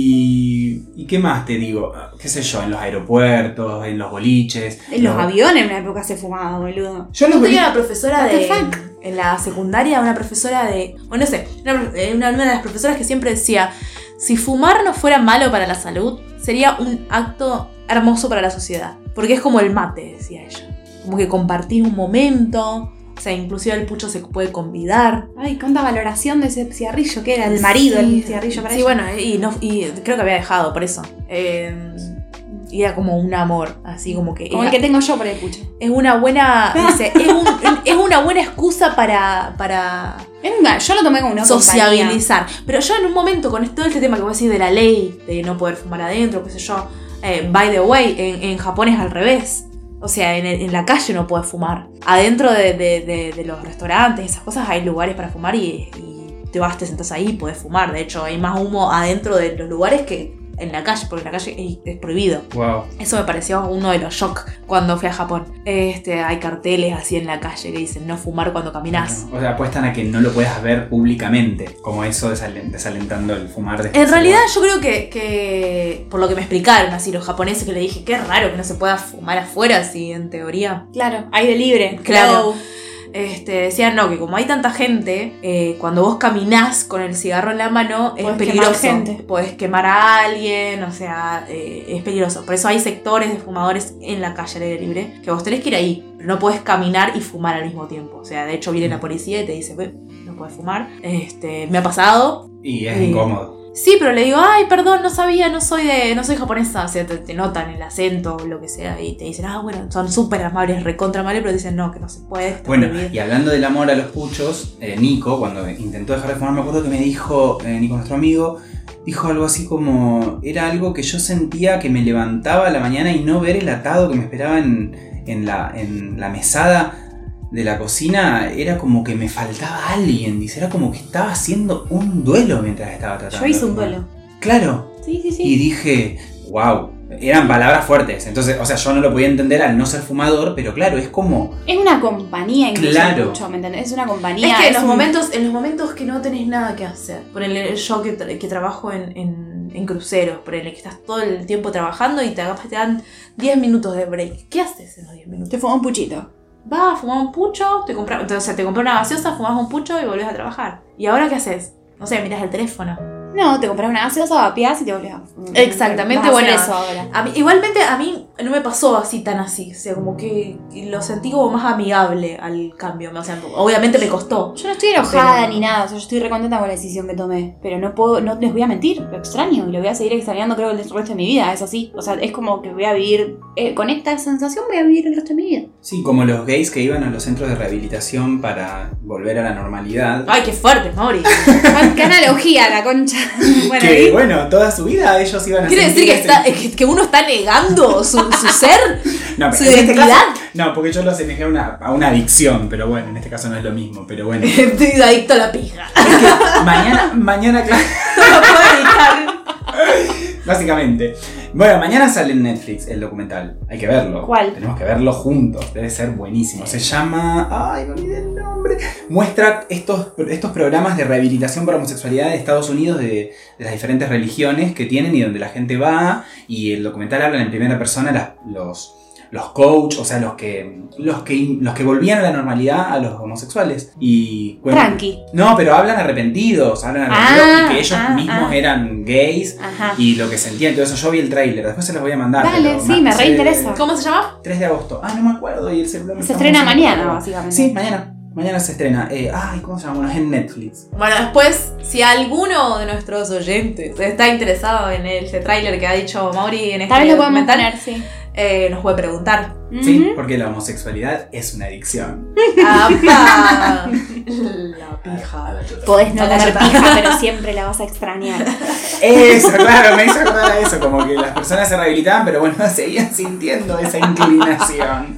Speaker 3: Y, ¿Y qué más te digo? ¿Qué sé yo? En los aeropuertos, en los boliches.
Speaker 1: En los
Speaker 3: No.
Speaker 1: aviones en una época se fumaba, boludo.
Speaker 3: Yo en los
Speaker 2: Yo tenía
Speaker 3: boliches.
Speaker 2: una profesora
Speaker 1: What the
Speaker 2: de.
Speaker 1: fuck?
Speaker 2: En la secundaria, una profesora de. Bueno, no sé. Una, eh, una, una de las profesoras que siempre decía: si fumar no fuera malo para la salud, sería un acto hermoso para la sociedad. Porque es como el mate, decía ella. Como que compartís un momento. O sea, inclusive el pucho se puede convidar.
Speaker 1: Ay, cuánta valoración de ese cigarrillo que era, el marido,
Speaker 2: Sí.
Speaker 1: el cigarrillo para
Speaker 2: Sí,
Speaker 1: ella.
Speaker 2: bueno, y, no, y creo que había dejado, por eso. Eh, y era como un amor, así como que.
Speaker 1: Como
Speaker 2: era-
Speaker 1: el que tengo yo por el pucho.
Speaker 2: Es una buena. Dice, es, un- es una buena excusa para. para
Speaker 1: Era una- yo lo tomé como una compañía.
Speaker 2: sociabilizar. Pero yo en un momento, con todo este tema que vos decís de la ley, de no poder fumar adentro, qué sé yo. eh, by the way, en, en Japón es al revés. O sea, en, el- en la calle no puedes fumar. Adentro de, de- de- de los restaurantes, esas cosas, hay lugares para fumar y, y te vas, te sentás ahí y podés fumar. De hecho, hay más humo adentro de los lugares que en la calle, porque en la calle es- es prohibido.
Speaker 3: Wow.
Speaker 2: Eso me pareció uno de los shock cuando fui a Japón. Este, hay carteles así en la calle que dicen no fumar cuando caminas.
Speaker 3: O sea, apuestan a que no lo puedas ver públicamente, como eso desalen- desalentando el fumar. desde
Speaker 2: En
Speaker 3: ese
Speaker 2: realidad yo creo que, que, por lo que me explicaron así los japoneses, que le dije, qué raro que no se pueda fumar afuera, si en teoría.
Speaker 1: Claro, aire libre. Hello.
Speaker 2: Claro. Este, decían, no, que como hay tanta gente, eh, cuando vos caminás con el cigarro en la mano es
Speaker 1: Podés
Speaker 2: peligroso.
Speaker 1: quemar gente.
Speaker 2: Podés quemar a alguien, o sea, eh, es peligroso. Por eso hay sectores de fumadores en la calle al aire libre, que vos tenés que ir ahí, pero no podés caminar y fumar al mismo tiempo. O sea, de hecho viene la policía y te dice, "Ve, no podés fumar. Este, me ha pasado,
Speaker 3: lugar. Y es
Speaker 2: Sí.
Speaker 3: incómodo.
Speaker 2: Sí, pero le digo, ay, perdón, no sabía, no soy de, no soy japonesa, o sea, te, te notan el acento o lo que sea y te dicen, ah, bueno, son súper amables, recontra amables, pero dicen, no, que no se puede. está
Speaker 3: Bueno,
Speaker 2: prohibido".
Speaker 3: y hablando del amor a los puchos, eh, Nico, cuando intentó dejar de fumar, me acuerdo que me dijo, eh, Nico, nuestro amigo, dijo algo así como, era algo que yo sentía que me levantaba a la mañana y no ver el atado que me esperaba en, en la, en la mesada de la cocina, era como que me faltaba alguien, dice, era como que estaba haciendo un duelo mientras estaba tratando.
Speaker 1: Yo hice
Speaker 3: de
Speaker 1: un
Speaker 3: fumar.
Speaker 1: duelo.
Speaker 3: Claro,
Speaker 1: Sí, sí,
Speaker 3: y
Speaker 1: sí.
Speaker 3: dije, wow, eran palabras fuertes. Entonces, o sea, yo no lo podía entender al no ser fumador, pero claro, es como,
Speaker 1: Es una compañía, incluso
Speaker 3: Claro.
Speaker 1: el pucho, ¿me entendés? Es una compañía.
Speaker 2: es que en los
Speaker 1: un-
Speaker 2: momentos, en los momentos que no tenés nada que hacer, por el yo que, tra- que trabajo en, en- en cruceros, por el que estás todo el tiempo trabajando y te, capaz te dan 10 minutos de break, ¿qué haces en los 10 minutos?
Speaker 1: Te fumó un puchito.
Speaker 2: Vas a fumar un pucho, te compras, o sea, te compras una gaseosa, fumas un pucho y volvés a trabajar. ¿Y ahora qué haces? No sé, miras el teléfono.
Speaker 1: No, te compras una gaseosa, vapeás y te volvés a...
Speaker 2: Exactamente,
Speaker 1: Vas a hacer
Speaker 2: bueno.
Speaker 1: eso ahora.
Speaker 2: A mí- igualmente, a mí no me pasó así tan así. O sea, como que lo sentí como más amigable al cambio. O sea, obviamente me costó.
Speaker 1: Yo no estoy enojada
Speaker 2: Pero-
Speaker 1: ni nada, o sea, yo estoy recontenta con la decisión que tomé, pero no puedo, no les voy a mentir, lo extraño y lo voy a seguir extrañando creo el resto de mi vida, es así, o sea, es como que voy a vivir, eh, con esta sensación voy a vivir el resto de mi vida.
Speaker 3: Sí, como los gays que iban a los centros de rehabilitación para volver a la normalidad.
Speaker 2: Ay, qué fuerte, Mauri.
Speaker 6: Qué analogía, la concha. Bueno,
Speaker 3: que
Speaker 6: ¿y?
Speaker 3: bueno, toda su vida ellos iban a
Speaker 2: Quiere decir
Speaker 3: sentir
Speaker 2: que,
Speaker 3: ese-
Speaker 2: está- que- que uno está negando su, su ser,
Speaker 3: No, pero
Speaker 2: su
Speaker 3: en este
Speaker 2: identidad.
Speaker 3: caso- no, porque yo lo asemejé a una, a una adicción, pero bueno, en este caso no es lo mismo, pero bueno.
Speaker 2: Estoy adicto a la pija.
Speaker 3: mañana, mañana, claro.
Speaker 2: No lo puedo evitar.
Speaker 3: Básicamente. Bueno, mañana sale en Netflix el documental. Hay que verlo.
Speaker 1: ¿Cuál?
Speaker 3: Tenemos que verlo juntos. Debe ser buenísimo. Se llama. Ay, me olvidé el nombre. Muestra estos, estos programas de rehabilitación para homosexualidad de Estados Unidos de, de las diferentes religiones que tienen y donde la gente va. Y el documental habla en primera persona las- los. Los coach, o sea, los que, los que los que volvían a la normalidad a los homosexuales. Y bueno,
Speaker 1: Tranqui.
Speaker 3: No, pero hablan arrepentidos, hablan arrepentidos
Speaker 1: Ah,
Speaker 3: y que ellos
Speaker 1: ah,
Speaker 3: mismos
Speaker 1: ah.
Speaker 3: eran gays
Speaker 1: Ajá.
Speaker 3: y lo que sentía y todo eso. Yo vi el tráiler, después se los voy a mandar.
Speaker 1: Dale,
Speaker 3: pero
Speaker 1: sí,
Speaker 3: ma-
Speaker 1: me
Speaker 3: se-
Speaker 1: reinteresa.
Speaker 2: ¿Cómo se llama?
Speaker 3: 3 de agosto. Ah, no me acuerdo. Y el celular me
Speaker 1: Se
Speaker 3: está
Speaker 1: estrena
Speaker 3: funcionando.
Speaker 1: mañana, básicamente.
Speaker 3: Sí, mañana. Mañana se estrena. Eh, ay, ¿cómo se llama? Bueno, es en Netflix.
Speaker 2: Bueno, después, si alguno de nuestros oyentes está interesado en ese tráiler que ha dicho Mauri en
Speaker 1: Tal vez
Speaker 2: este
Speaker 1: lo podemos
Speaker 2: documental,
Speaker 1: poner, sí.
Speaker 2: eh, nos puede preguntar.
Speaker 3: Sí, porque la homosexualidad es una adicción.
Speaker 2: ¡Apa! La pija.
Speaker 1: Podés no
Speaker 2: Hola,
Speaker 1: tener
Speaker 2: Marta.
Speaker 1: pija, pero siempre la vas a extrañar.
Speaker 3: Eso, claro, me hizo acordar a eso. Como que las personas se rehabilitaban, pero bueno, seguían sintiendo esa inclinación.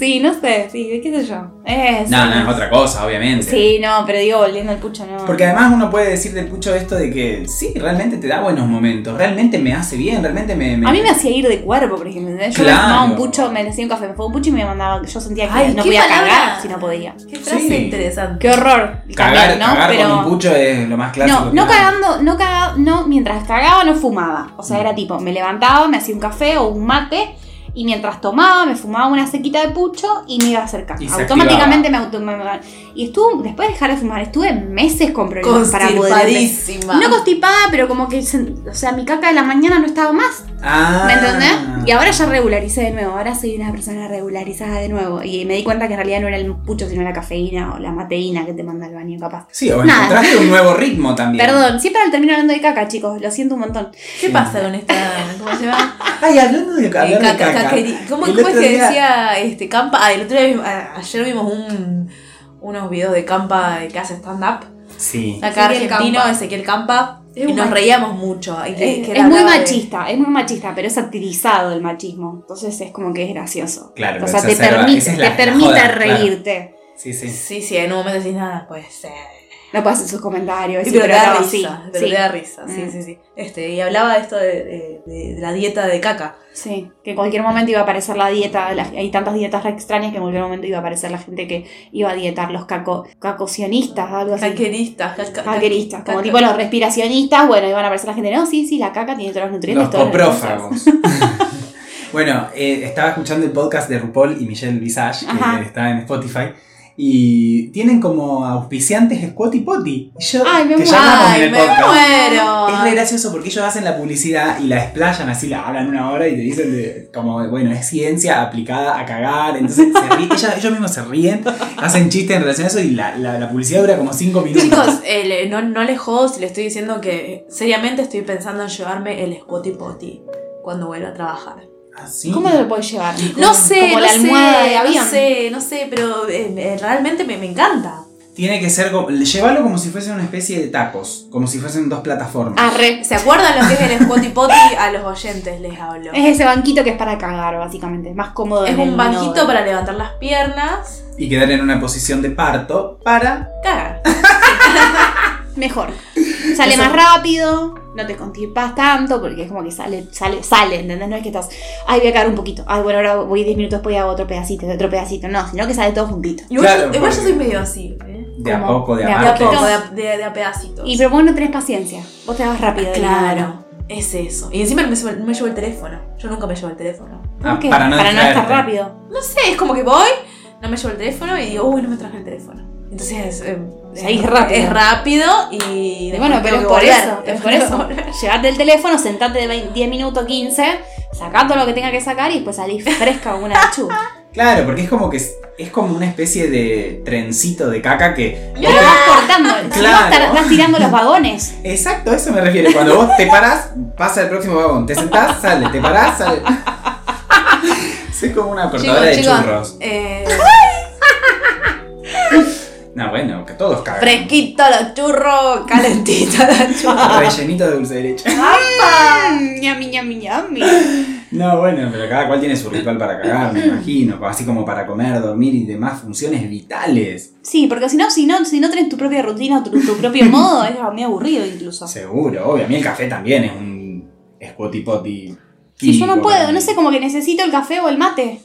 Speaker 1: Sí, no sé, sí, qué sé yo. Es,
Speaker 3: No, no, es otra cosa, obviamente.
Speaker 1: Sí, no, pero digo, volviendo al pucho, no.
Speaker 3: Porque además uno puede decir del pucho esto de que sí, realmente te da buenos momentos, realmente me hace bien, realmente me...
Speaker 1: A mí me hacía ir de cuerpo, por ejemplo. ¿entendés? Yo
Speaker 3: Claro.
Speaker 1: me tomaba un pucho, me hacía un café, me fumaba un pucho y me mandaba. Yo sentía que
Speaker 2: Ay,
Speaker 1: no
Speaker 2: qué
Speaker 1: podía
Speaker 2: palabra.
Speaker 1: cagar si no podía.
Speaker 2: Qué frase
Speaker 3: Sí.
Speaker 2: interesante.
Speaker 1: Qué horror. Y
Speaker 3: Cagar,
Speaker 1: también, ¿no?
Speaker 3: cagar
Speaker 1: Pero-
Speaker 3: con un pucho es lo más clásico.
Speaker 1: No,
Speaker 3: que
Speaker 1: no
Speaker 3: hay.
Speaker 1: cagando, no cagaba, no, mientras cagaba no fumaba. O
Speaker 3: Mm.
Speaker 1: sea, era tipo, me levantaba, me hacía un café o un mate y mientras tomaba me fumaba una sequita de pucho y me iba a hacer caca.
Speaker 3: Y se
Speaker 1: Automáticamente me auto... me- me- Y estuve, después de dejar de fumar, estuve meses con problemas para poder...
Speaker 2: Constipadísima.
Speaker 1: No constipada, pero como que, se- o sea, mi caca de la mañana no estaba más.
Speaker 3: Ah.
Speaker 1: ¿Me entendés? Y ahora ya regularicé de nuevo, ahora soy una persona regularizada de nuevo. Y me di cuenta que en realidad no era el pucho, sino la cafeína o la mateína que te manda al baño, capaz.
Speaker 3: Sí, o
Speaker 1: Nada.
Speaker 3: encontraste un nuevo ritmo también.
Speaker 1: Perdón, siempre al termino hablando de caca, chicos, lo siento un montón.
Speaker 2: ¿Qué pasa con esta? ¿Cómo se llama?
Speaker 3: Ay, hablando
Speaker 2: Eh,
Speaker 3: de hablar de
Speaker 2: caca,
Speaker 3: caca.
Speaker 2: caqueri- ¿Cómo,
Speaker 3: El
Speaker 2: cómo es
Speaker 3: otro
Speaker 2: que
Speaker 3: día-
Speaker 2: decía este Campa? Ah, el otro día, vimos- a- ayer vimos un- unos videos de Campa que hace stand-up.
Speaker 3: Sí.
Speaker 2: Acá
Speaker 6: Ezequiel
Speaker 2: argentino,
Speaker 6: Campa.
Speaker 2: Ezequiel Campa.
Speaker 6: Es
Speaker 2: y
Speaker 6: un
Speaker 2: nos
Speaker 6: machi-
Speaker 2: reíamos mucho. Y que- que él
Speaker 1: es muy
Speaker 2: hablaba de-
Speaker 1: machista, es muy machista, pero es satirizado el machismo. Entonces es como que es gracioso.
Speaker 3: Claro,
Speaker 1: o
Speaker 3: lo
Speaker 1: sea, te
Speaker 3: exacerba.
Speaker 1: permite,
Speaker 3: Esa es
Speaker 1: te
Speaker 3: la- la
Speaker 1: permite
Speaker 3: joda, claro.
Speaker 1: reírte.
Speaker 3: Sí, sí.
Speaker 2: Sí, sí, en un momento decís nada, puede ser.
Speaker 1: No puedes hacer sus comentarios.
Speaker 2: Sí,
Speaker 1: decir,
Speaker 2: pero te da
Speaker 1: no,
Speaker 2: risa.
Speaker 1: sí,
Speaker 2: pero
Speaker 1: sí,
Speaker 2: te da risa, sí,
Speaker 1: Mm.
Speaker 2: sí, sí. Este, y hablaba de esto de, de- de- de la dieta de caca.
Speaker 1: sí. que en cualquier momento iba a aparecer la dieta. la- hay tantas dietas re extrañas que en cualquier momento iba a aparecer la gente que iba a dietar, los caco, cacosionistas, algo así.
Speaker 2: Caqueristas, caca-
Speaker 1: Caqueristas, como
Speaker 2: caca-
Speaker 1: tipo los respiracionistas, bueno, iban a aparecer la gente, no, sí, sí, la caca tiene todos los nutrientes,
Speaker 3: Los
Speaker 1: todos los
Speaker 3: coprófagos. bueno, eh, estaba escuchando el podcast de RuPaul y Michelle Visage, que
Speaker 1: Ajá.
Speaker 3: está en Spotify. Y tienen como auspiciantes Squatty Potty. Y yo,
Speaker 1: Ay, me
Speaker 3: que ya
Speaker 1: muero.
Speaker 3: hablamos en
Speaker 2: Ay,
Speaker 3: el
Speaker 2: me
Speaker 3: podcast.
Speaker 2: muero.
Speaker 3: Es re gracioso porque ellos hacen la publicidad y la explayan así, la hablan una hora y te dicen de- como, bueno, es ciencia aplicada a cagar. Entonces se ríen, ellas- ellos mismos se ríen, hacen chistes en relación a eso y la, la- la publicidad dura como 5 minutos.
Speaker 2: Chicos, eh, le- no, no les jodo si les estoy diciendo que seriamente estoy pensando en llevarme el Spotty Potty cuando vuelva a trabajar.
Speaker 3: Así.
Speaker 1: nutrientes. ¿Cómo te lo puedes llevar?
Speaker 2: No sé,
Speaker 1: como
Speaker 2: no
Speaker 1: la almohada
Speaker 2: sé,
Speaker 1: de
Speaker 2: no
Speaker 1: avión.
Speaker 2: sé, no sé, pero eh, eh, realmente me, me encanta.
Speaker 3: Tiene que ser, como- llevarlo como si fuesen una especie de tacos, como si fuesen dos plataformas.
Speaker 1: Arre.
Speaker 2: ¿Se acuerdan lo que es el Spotty Potty? A los oyentes les hablo.
Speaker 1: Es ese banquito que es para cagar, básicamente. Es más cómodo.
Speaker 2: Es
Speaker 1: en el
Speaker 2: un banquito
Speaker 1: inodoro.
Speaker 2: para levantar las piernas.
Speaker 3: Y quedar en una posición de parto para...
Speaker 2: Cagar.
Speaker 1: Mejor. Sale más rápido, no te constipas tanto, porque es como que sale, sale, sale, ¿entendés? No es que estás, ay, voy a cagar un poquito, ay, bueno, ahora voy 10 minutos después y hago otro pedacito, otro pedacito. No, sino que sale todo juntito.
Speaker 2: Igual,
Speaker 3: Claro,
Speaker 2: yo, igual yo
Speaker 3: porque-
Speaker 2: soy medio así. ¿eh?
Speaker 3: De a
Speaker 1: ¿Cómo?
Speaker 3: poco, de
Speaker 1: De
Speaker 3: a
Speaker 1: a
Speaker 2: De a
Speaker 3: partes.
Speaker 2: poco, de a, de- de a pedacitos.
Speaker 1: Y pero vos no tenés paciencia, vos te vas rápido. del inodoro.
Speaker 2: Claro, es eso. Y encima no me, llevo- no me llevo el teléfono. Yo nunca me llevo el teléfono.
Speaker 3: Ah,
Speaker 1: ¿Por qué?
Speaker 3: para no distraerte.
Speaker 1: estar rápido.
Speaker 2: No sé, es como que voy, no me llevo el teléfono y digo, uy, no me traje el teléfono. Entonces, eh,
Speaker 1: Ahí es rápido.
Speaker 2: Es rápido y.
Speaker 1: Y bueno,
Speaker 2: después
Speaker 1: pero es
Speaker 2: tengo
Speaker 1: por
Speaker 2: que volver.
Speaker 1: eso, es por eso. Llevate el teléfono, sentate de 20 10 minutos, 15,
Speaker 7: Sacá todo lo que tenga que sacar y después salís fresca como una lechuga.
Speaker 3: Claro, porque es como que es, es como una especie de trencito de caca que.
Speaker 7: No lo
Speaker 1: ¡Ah!
Speaker 7: vas cortando, si no
Speaker 3: Claro.
Speaker 7: estar- vas tirando los vagones.
Speaker 3: Exacto, a eso me refiero. Cuando vos te parás, pasa el próximo vagón. Te sentás, sale, te parás, sale. Es como una cortadora de
Speaker 2: chicos.
Speaker 3: churros.
Speaker 2: Eh,
Speaker 3: No, bueno, que todos cagan.
Speaker 7: Fresquito los churros,
Speaker 2: calentita la churra.
Speaker 3: Rellenito de dulce de leche.
Speaker 7: calapa. ñami, ñami, ñami.
Speaker 3: No, bueno, pero cada cual tiene su ritual para cagar, me imagino. Así como para comer, dormir y demás funciones vitales.
Speaker 7: Sí, porque si no, si no, si no tenés tu propia rutina o tu, tu propio modo, es muy aburrido incluso.
Speaker 3: Seguro, obvio. A mí el café también es un spotty potty.
Speaker 7: Si yo no puedo, no sé, como que necesito el café o el mate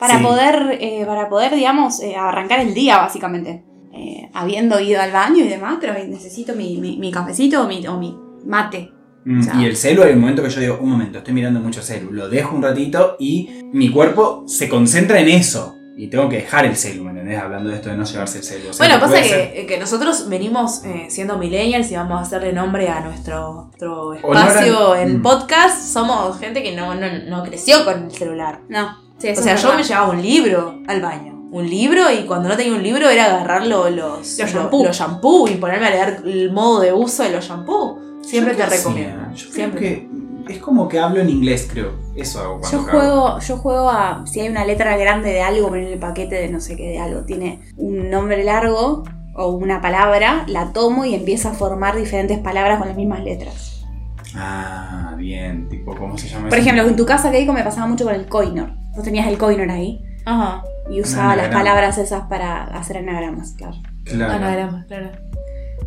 Speaker 7: para
Speaker 3: Sí.
Speaker 7: poder, eh, para poder, digamos, eh, arrancar el día, básicamente.
Speaker 1: Eh, habiendo ido al baño y demás, pero necesito mi, mi, mi cafecito o mi, o mi mate.
Speaker 3: Mm,
Speaker 1: Ya.
Speaker 3: Y el celu, hay un momento que yo digo, un momento, estoy mirando mucho celu, lo dejo un ratito y mi cuerpo se concentra en eso. Y tengo que dejar el celu, ¿me entendés? Hablando de esto de no llevarse el celu. O sea,
Speaker 2: Bueno,
Speaker 3: no
Speaker 2: pasa
Speaker 3: puede ser-
Speaker 2: que, que nosotros venimos eh, siendo millennials y vamos a hacerle nombre a nuestro, nuestro
Speaker 3: Honor
Speaker 2: espacio
Speaker 3: al-
Speaker 2: en
Speaker 3: Mm.
Speaker 2: podcast. Somos gente que no, no, no creció con el celular.
Speaker 1: No.
Speaker 2: O sea, yo me llevaba un libro al baño. Un libro y cuando no tenía un libro era agarrar lo-
Speaker 1: Los
Speaker 2: los, lo-
Speaker 1: shampoo.
Speaker 2: los shampoo y ponerme a leer el modo de uso de los shampoo. Siempre
Speaker 3: Yo
Speaker 2: te
Speaker 3: creo que sí,
Speaker 2: recomiendo.
Speaker 3: ¿eh? Yo creo
Speaker 2: Siempre.
Speaker 3: que es como que hablo en inglés, creo. Eso hago cuando
Speaker 1: Yo
Speaker 3: cago.
Speaker 1: juego, yo juego a. Si hay una letra grande de algo, poner el paquete de no sé qué de algo. Tiene un nombre largo o una palabra, la tomo y empiezo a formar diferentes palabras con las mismas letras.
Speaker 3: Ah, bien, tipo, ¿cómo se llama
Speaker 1: Por
Speaker 3: eso?
Speaker 1: ejemplo, en tu casa, Keiko, me pasaba mucho con el coinor. Vos tenías el coinor ahí
Speaker 2: Ajá.
Speaker 1: y usaba las
Speaker 3: anagrama.
Speaker 1: palabras esas para hacer anagramas, claro.
Speaker 2: Ah,
Speaker 3: Claro.
Speaker 2: Anagrama, claro.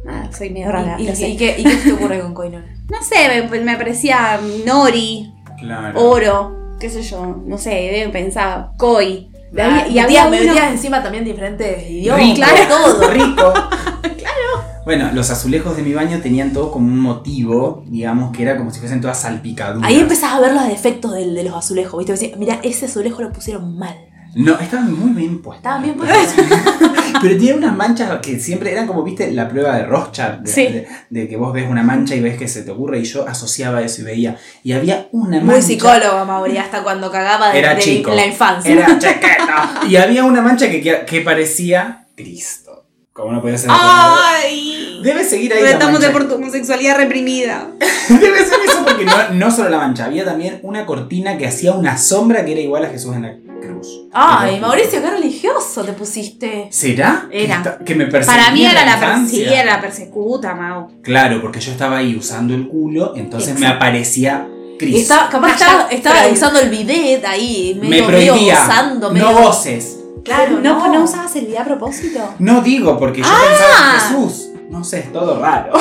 Speaker 1: Nada, soy medio rara,
Speaker 2: ¿Y,
Speaker 1: lo
Speaker 2: y-
Speaker 1: sé.
Speaker 2: y qué, y qué te ocurre con Coinona?
Speaker 1: No sé, me, me aparecía Nori,
Speaker 3: claro.
Speaker 1: Oro, qué sé yo, no sé, eh, pensaba Koi. De ahí- y
Speaker 2: Ah,
Speaker 1: había
Speaker 2: me
Speaker 1: uno-
Speaker 2: metías encima también diferentes idiomas.
Speaker 3: Rico.
Speaker 2: Claro, todo.
Speaker 3: rico. claro. Bueno, los azulejos de mi baño tenían todo como un motivo, digamos, que era como si fuesen todas salpicaduras.
Speaker 2: Ahí empezás a ver los defectos del- de los azulejos, ¿viste? Decís, mira, ese azulejo lo pusieron mal.
Speaker 3: No, estaban muy bien puestas.
Speaker 2: Estaban bien puestos.
Speaker 3: Pero tenía unas manchas que siempre eran como, viste, la prueba de Rorschach. De,
Speaker 1: Sí.
Speaker 3: de- de que vos ves una mancha y ves que se te ocurre. Y yo asociaba eso y veía. Y había una mancha.
Speaker 2: Muy psicólogo, Mauri, hasta cuando cagaba de,
Speaker 3: Era
Speaker 2: de
Speaker 3: chico.
Speaker 2: la infancia.
Speaker 3: Era chaqueta. y había una mancha que, que, que parecía Cristo. Como no podía ser. de otra manera.
Speaker 1: ¡Ay!
Speaker 3: Debe seguir ahí. la
Speaker 1: Ah. Retamos
Speaker 3: mancha.
Speaker 1: por tu homosexualidad reprimida.
Speaker 3: Debe ser eso porque no, no solo la mancha, había también una cortina que hacía una sombra que era igual a Jesús en la cruz.
Speaker 2: Ay,
Speaker 3: Era-
Speaker 2: Mauricio, qué religioso te pusiste.
Speaker 3: ¿Será? que
Speaker 1: Era.
Speaker 3: esta- Que, me perseguía.
Speaker 1: Para mí
Speaker 3: en
Speaker 1: era la
Speaker 3: infancia?
Speaker 1: perseguida, la persecuta, Mau.
Speaker 3: Claro, porque yo estaba ahí usando el culo, entonces me aparecía Cristo.
Speaker 2: Estaba,
Speaker 1: Calla,
Speaker 2: capaz estaba, estaba
Speaker 1: Freud.
Speaker 2: usando el bidet ahí,
Speaker 3: me
Speaker 2: medio, medio
Speaker 3: prohibía.
Speaker 2: gozando, medio.
Speaker 3: no voces.
Speaker 2: claro,
Speaker 7: ¿No, ¿No usabas el día a propósito?
Speaker 3: No digo porque yo pensaba en Jesús. No sé, es todo raro.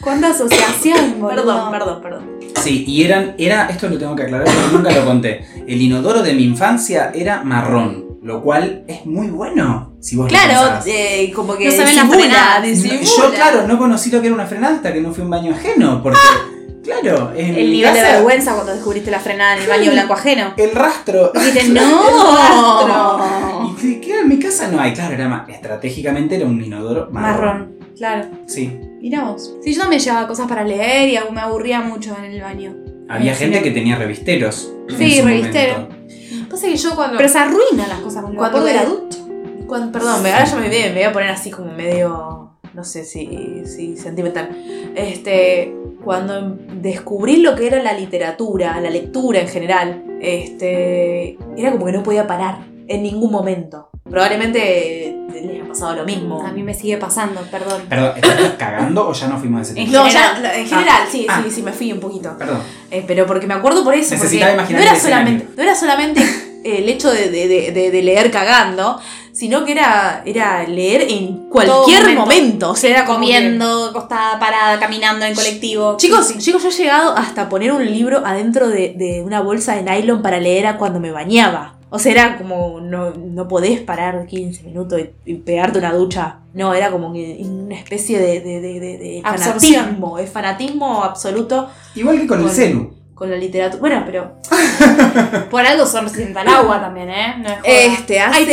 Speaker 7: ¿Cuánta asociación, boludo?
Speaker 2: Perdón, perdón, perdón.
Speaker 3: Sí, y eran, era, esto lo tengo que aclarar porque nunca lo conté. El inodoro de mi infancia era marrón, lo cual es muy bueno. Si vos lo
Speaker 2: Claro,
Speaker 3: pensás.
Speaker 2: eh, como que
Speaker 1: No saben las
Speaker 2: disimula,
Speaker 1: frenadas.
Speaker 2: disimula.
Speaker 3: Yo, claro, no conocí lo que era una frenada hasta que no fui a un baño ajeno, porque, claro, en
Speaker 1: El
Speaker 3: mi
Speaker 1: nivel de
Speaker 3: casa,
Speaker 1: vergüenza cuando descubriste la frenada en el baño blanco ajeno.
Speaker 3: el rastro.
Speaker 1: Dijiste,
Speaker 2: rastro.
Speaker 1: ¡no!
Speaker 3: Y dije, ¿qué? en mi casa no hay, claro, era más, estratégicamente era un inodoro marrón.
Speaker 1: Marrón. Claro.
Speaker 3: Sí.
Speaker 1: Mirá vos. Sí, yo me llevaba cosas para leer y aún me aburría mucho en el baño.
Speaker 3: Había
Speaker 1: Sí,
Speaker 3: gente
Speaker 1: no.
Speaker 3: que tenía revisteros. en
Speaker 1: Sí,
Speaker 3: su
Speaker 1: revistero.
Speaker 3: momento.
Speaker 2: Pasa que yo cuando.
Speaker 1: Pero se arruinan las cosas con
Speaker 2: Cuando
Speaker 1: cuando
Speaker 2: me-
Speaker 1: era adulto.
Speaker 2: cuando- perdón, me- ahora yo me, me voy a poner así como medio. No sé si, si sentimental. Este. Cuando descubrí lo que era la literatura, la lectura en general, este. Era como que no podía parar en ningún momento. Probablemente eh, les ha pasado lo mismo.
Speaker 1: A mí me sigue pasando, perdón.
Speaker 3: Perdón, ¿estás cagando o ya no fuimos a ese tema?
Speaker 1: No,
Speaker 2: No,
Speaker 1: general.
Speaker 2: ya, en general, sí,
Speaker 3: Ah.
Speaker 2: sí, sí, me fui un poquito.
Speaker 3: Perdón.
Speaker 2: Eh, pero porque me acuerdo por eso. Porque
Speaker 3: Necesitaba
Speaker 2: no
Speaker 3: imaginar el
Speaker 2: era,
Speaker 3: escenario.
Speaker 2: solamente, no era solamente eh, el hecho de, de- de- de- de leer cagando, sino que era, era leer en cualquier
Speaker 1: momento.
Speaker 2: momento. O sea, era como que-
Speaker 1: Comiendo, costada parada, caminando en colectivo.
Speaker 2: Chicos, chicos, yo he llegado hasta poner un libro adentro de, de una bolsa de nylon para leer a cuando me bañaba. O sea, era como, no, no podés parar 15 minutos y, y pegarte una ducha. No, era como que una especie de, de, de- de- de
Speaker 1: Absorción.
Speaker 2: fanatismo, de fanatismo absoluto
Speaker 3: Igual que con el
Speaker 2: Con-
Speaker 3: celu.
Speaker 2: con la literatura. Bueno, pero
Speaker 1: Por algo son resistentes al agua también, ¿eh? No es joda.
Speaker 2: Este, hace,
Speaker 1: Ay,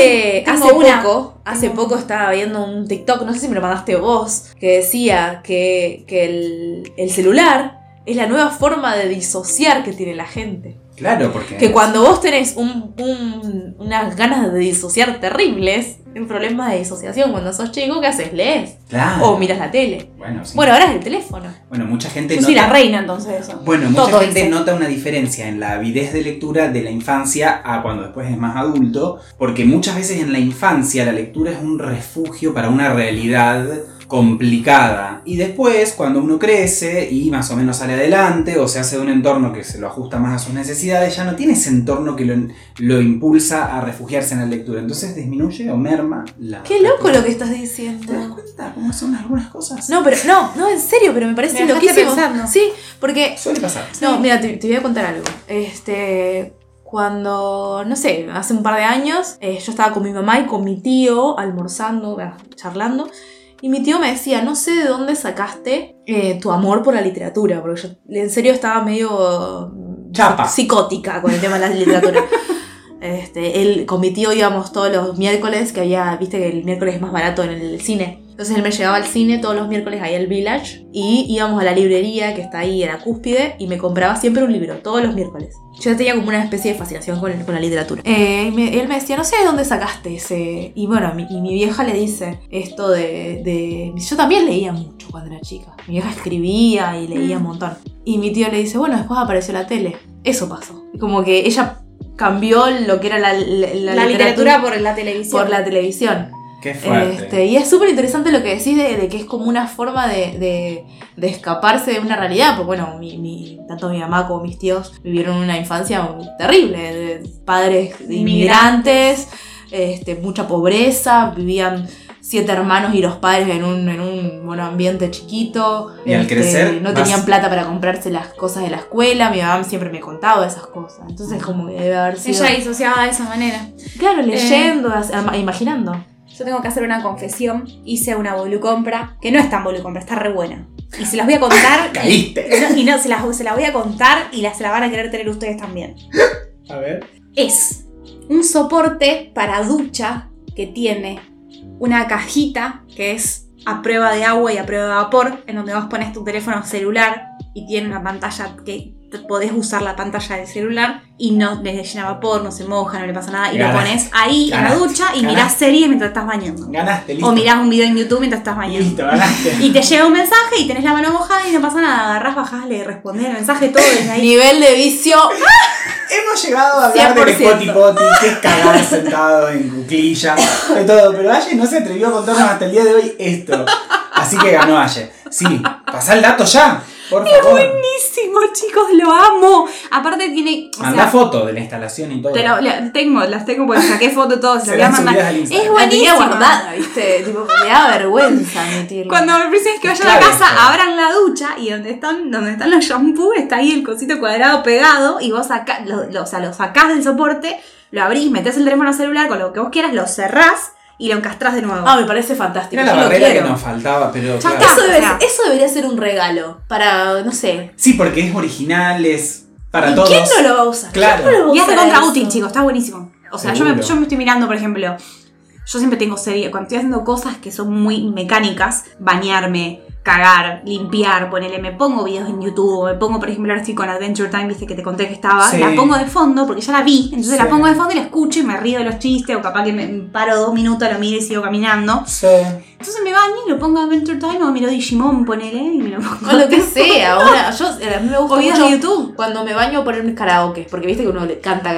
Speaker 1: tengo-
Speaker 2: hace
Speaker 1: tengo una.
Speaker 2: poco, hace poco estaba viendo un TikTok, no sé si me lo mandaste vos, que decía que, que el, el celular es la nueva forma de disociar que tiene la gente.
Speaker 3: Claro, porque.
Speaker 2: Que cuando vos tenés un- un- unas ganas de disociar terribles, un problema de disociación cuando sos chico, ¿qué haces? ¿Lees?
Speaker 1: Ah.
Speaker 3: Claro.
Speaker 2: O miras la tele.
Speaker 3: Bueno, sí.
Speaker 2: Oh, Bueno, ahora es el teléfono.
Speaker 3: Bueno, mucha gente
Speaker 8: Yo soy la reina entonces de eso.
Speaker 3: Bueno, mucha
Speaker 8: Todo
Speaker 3: gente
Speaker 8: dice.
Speaker 3: nota una diferencia en la avidez de lectura de la infancia a cuando después es más adulto, porque muchas veces en la infancia la lectura es un refugio para una realidad complicada. Y después, cuando uno crece y más o menos sale adelante o se hace de un entorno que se lo ajusta más a sus necesidades, ya no tiene ese entorno que lo, lo impulsa a refugiarse en la lectura. Entonces disminuye o merma la...
Speaker 2: Qué loco
Speaker 3: lectura.
Speaker 2: lo que estás
Speaker 3: ¿Te das
Speaker 2: diciendo.
Speaker 3: cuenta cómo son algunas cosas?
Speaker 2: No, pero no, no, en serio, pero me parece
Speaker 4: Me dejaste
Speaker 2: loquísimo.
Speaker 4: pensando.
Speaker 2: Sí, porque
Speaker 3: Suele pasar.
Speaker 2: No, mira, te, te voy a contar algo. Este, cuando, no sé, hace un par de años, eh, yo estaba con mi mamá y con mi tío almorzando, bah, charlando, y mi tío me decía, no sé de dónde sacaste eh, tu amor por la literatura, porque yo en serio estaba medio mm,
Speaker 3: Chapa.
Speaker 2: psicótica con el tema de la literatura. Este, él, con mi tío íbamos todos los miércoles, que había, viste que el miércoles es más barato en el cine. Entonces él me llevaba al cine todos los miércoles ahí al Village y íbamos a la librería que está ahí en la cúspide y me compraba siempre un libro, todos los miércoles. Yo tenía como una especie de fascinación con, con la literatura. Eh, y me- él me decía, no sé de dónde sacaste ese... Y bueno, mi, y mi vieja le dice esto de, de... Yo también leía mucho cuando era chica. Mi vieja escribía y leía un montón. Y mi tío le dice, bueno, después apareció la tele. Eso pasó. Como que ella cambió lo que era la, la- la
Speaker 8: La,
Speaker 2: literatura,
Speaker 8: literatura por la televisión.
Speaker 2: por la televisión.
Speaker 3: Qué fuerte.
Speaker 2: Este, y es súper interesante lo que decís de, de que es como una forma de, de- de escaparse de una realidad. Porque bueno, mi- mi- tanto mi mamá como mis tíos vivieron una infancia terrible. de padres de inmigrantes, este, mucha pobreza, vivían siete hermanos y los padres en un, en un bueno, ambiente chiquito.
Speaker 3: Y al
Speaker 2: Este,
Speaker 3: crecer
Speaker 2: No
Speaker 3: vas-
Speaker 2: tenían plata para comprarse las cosas de la escuela. Mi mamá siempre me contaba esas cosas. Entonces como que debe haber sido...
Speaker 4: Ella disociaba de esa manera.
Speaker 2: Claro, leyendo, as- imaginando.
Speaker 8: Yo tengo que hacer una confesión. Hice una volucompra, que no es tan volucompra, está re buena. Y se las voy a contar. y,
Speaker 3: Caíste.
Speaker 8: y no, y no, se las, se las voy a contar y las, se las van a querer tener ustedes también.
Speaker 3: A ver.
Speaker 8: Es un soporte para ducha que tiene una cajita que es a prueba de agua y a prueba de vapor, en donde vos pones tu teléfono celular y tiene una pantalla que te- podés usar la pantalla del celular y no le llena vapor, no se moja, no le pasa nada, y lo
Speaker 3: Ganaste.
Speaker 8: pones ahí en
Speaker 3: Ganaste.
Speaker 8: la ducha y
Speaker 3: Ganaste.
Speaker 8: mirás series mientras estás bañando.
Speaker 3: Ganaste, listo.
Speaker 8: O mirás un video en YouTube mientras estás bañando.
Speaker 3: Listo, ganaste.
Speaker 8: Y te llega un mensaje y tenés la mano mojada y no pasa nada. Agarrás, bajás, le respondés el mensaje, todo desde ahí.
Speaker 2: Nivel de vicio
Speaker 3: Hemos llegado a
Speaker 2: 100%.
Speaker 3: hablar de poti que es cagar sentado en cuclillas, de todo, pero Aye no se atrevió a contarnos hasta el día de hoy esto. Así que ganó Aye. Sí, pasá el dato ya, por favor.
Speaker 1: Buenísimo, chicos, lo amo. Aparte tiene. O
Speaker 3: Mandá
Speaker 1: sea,
Speaker 3: foto de la instalación y todo.
Speaker 1: te lo- la- tengo, las tengo porque saqué foto todo, se las voy a
Speaker 3: Serán
Speaker 1: mandar.
Speaker 3: subidas al Instagram.
Speaker 1: Es
Speaker 2: La tenía
Speaker 1: buenísima.
Speaker 2: guardada, ¿viste? Tipo, me da vergüenza admitirlo.
Speaker 1: Cuando me precisas que
Speaker 3: Es
Speaker 1: vaya a la
Speaker 3: clave
Speaker 1: casa,
Speaker 3: esto.
Speaker 1: abran la ducha y donde están, donde están los shampoos está ahí el cosito cuadrado pegado y vos saca, lo, lo- o sea, lo sacás del soporte, lo abrís, metés el teléfono celular con lo que vos quieras, lo cerrás y lo encastrás de nuevo.
Speaker 2: Ah, me parece fantástico.
Speaker 3: Era la
Speaker 2: yo lo
Speaker 3: barrera que
Speaker 2: quiero.
Speaker 3: nos faltaba,
Speaker 1: Ya
Speaker 3: pero claro.
Speaker 1: está.
Speaker 2: eso, debe-
Speaker 1: O sea-
Speaker 2: eso debería ser un regalo para, no sé.
Speaker 3: Sí, porque es original, es para
Speaker 2: ¿Y
Speaker 3: todos.
Speaker 2: ¿Quién no lo va a usar?
Speaker 3: Claro.
Speaker 2: ¿Quién no lo va a
Speaker 1: Y es
Speaker 2: usar
Speaker 1: recontra
Speaker 2: eso?
Speaker 1: útil, chicos, está buenísimo. O sea, yo me,
Speaker 3: Seguro.
Speaker 1: yo me estoy mirando, por ejemplo, yo siempre tengo serie, cuando estoy haciendo cosas que son muy mecánicas, bañarme, cagar, limpiar, ponerle, me pongo videos en YouTube, me pongo, por ejemplo, ahora estoy con Adventure Time, viste que te conté que estaba,
Speaker 3: Sí.
Speaker 1: la pongo de fondo porque ya la vi, entonces
Speaker 3: Sí.
Speaker 1: la pongo de fondo y la escucho y me río de los chistes o capaz que me paro dos minutos, lo miro y sigo caminando.
Speaker 3: Sí.
Speaker 1: Entonces me baño y lo pongo Adventure Time o miro Digimon, ponele, y me lo pongo.
Speaker 2: O lo que sea. una- yo, a mí me gusta
Speaker 1: O videos
Speaker 2: mucho
Speaker 1: de YouTube.
Speaker 2: cuando me baño ponerme karaoke. Porque viste que uno le canta.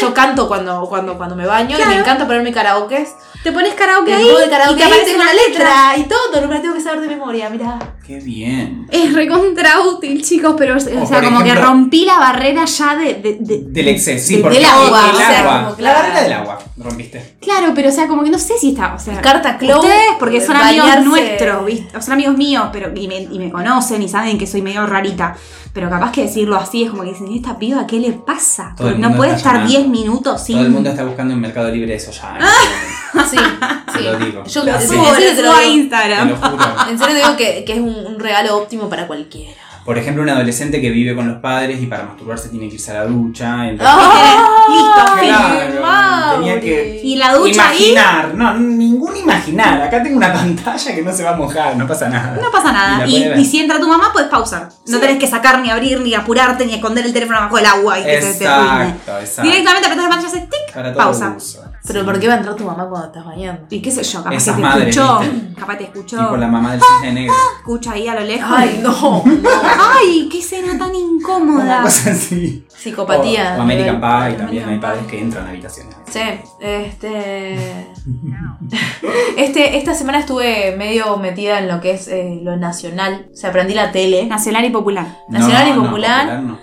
Speaker 2: yo canto cuando, cuando, cuando me baño y me encanta ponerme karaoke.
Speaker 1: Te pones karaoke
Speaker 2: El
Speaker 1: ahí
Speaker 2: modo de
Speaker 1: y
Speaker 2: karaoke
Speaker 1: te aparece una letra.
Speaker 2: y todo. No me la tengo que saber de memoria, mirá.
Speaker 3: Qué bien.
Speaker 1: Es recontra útil, chicos, pero o sea,
Speaker 3: por
Speaker 1: como que
Speaker 3: ejemplo-
Speaker 1: rompí la barrera ya de. de- de-
Speaker 3: Del exceso, sí,
Speaker 1: Del
Speaker 3: porque
Speaker 1: agua,
Speaker 3: el
Speaker 1: o sea,
Speaker 3: agua,
Speaker 2: como
Speaker 3: la
Speaker 2: claro.
Speaker 3: barrera del agua rompiste.
Speaker 1: Claro, pero o sea, como que no sé si está. O sea,
Speaker 2: Carta Clow.
Speaker 1: ustedes porque son amigos
Speaker 2: eh, bañarse.
Speaker 1: nuestros, ¿viste? O son amigos míos, pero y me, y me conocen y saben que soy medio rarita. Pero capaz que decirlo así es como que dicen, ¿esta piba qué le pasa?
Speaker 3: Todo el
Speaker 1: Porque no
Speaker 3: mundo
Speaker 1: puede
Speaker 3: está
Speaker 1: estar
Speaker 3: llamando.
Speaker 1: 10 minutos sin.
Speaker 3: Todo el mundo está buscando en Mercado Libre eso ya. ¿eh?
Speaker 2: Sí, sí.
Speaker 3: Lo digo.
Speaker 2: Yo
Speaker 3: Lo
Speaker 2: en
Speaker 3: subo,
Speaker 2: serio
Speaker 1: Pobre,
Speaker 2: te
Speaker 1: subo
Speaker 2: lo
Speaker 1: a
Speaker 2: digo.
Speaker 3: Te
Speaker 1: Instagram.
Speaker 3: lo juro.
Speaker 2: En serio te digo que, que es un, un regalo óptimo para cualquiera.
Speaker 3: Por ejemplo, un adolescente que vive con los padres y para masturbarse tiene que irse a la ducha. entonces-
Speaker 2: ¡Ah!
Speaker 1: Listo,
Speaker 3: Claro,
Speaker 2: Ay, Mauri.
Speaker 3: tenía que-
Speaker 1: Y la ducha ahí.
Speaker 3: imaginar, no, ningún imaginar. Acá tengo una pantalla que no se va a mojar, no pasa nada.
Speaker 1: No pasa nada.
Speaker 3: Y la
Speaker 1: Y,
Speaker 3: puede ver.
Speaker 1: y si entra tu mamá, puedes pausar. No tenés que sacar, ni abrir, ni apurarte, ni esconder el teléfono bajo el agua y que se te arruine.
Speaker 3: Exacto, exacto.
Speaker 1: Directamente apretás el botón y haces tic,
Speaker 3: Para todo
Speaker 1: pausa.
Speaker 3: uso.
Speaker 2: Pero ¿por qué va a entrar tu mamá cuando estás bañando?
Speaker 1: Y qué sé yo, capaz
Speaker 3: Esas
Speaker 1: que te
Speaker 3: madres,
Speaker 1: escuchó.
Speaker 3: ¿viste?
Speaker 1: Capaz te escuchó. Ah,
Speaker 3: Tipo la mamá del cisne negro.
Speaker 2: Ah,
Speaker 1: Escucha ahí a lo lejos.
Speaker 2: Ay, no.
Speaker 1: Ay, qué escena tan
Speaker 3: Una
Speaker 1: incómoda.
Speaker 3: cosa así.
Speaker 2: Psicopatía.
Speaker 3: O, o American Pie también,
Speaker 2: American
Speaker 3: hay
Speaker 2: Pie.
Speaker 3: padres que entran a habitaciones.
Speaker 2: Sí, este, este. Esta semana estuve medio metida en lo que es eh, lo nacional. O sea, aprendí la tele.
Speaker 1: Nacional y popular.
Speaker 2: Nacional y
Speaker 3: No, no,
Speaker 2: popular.
Speaker 3: no.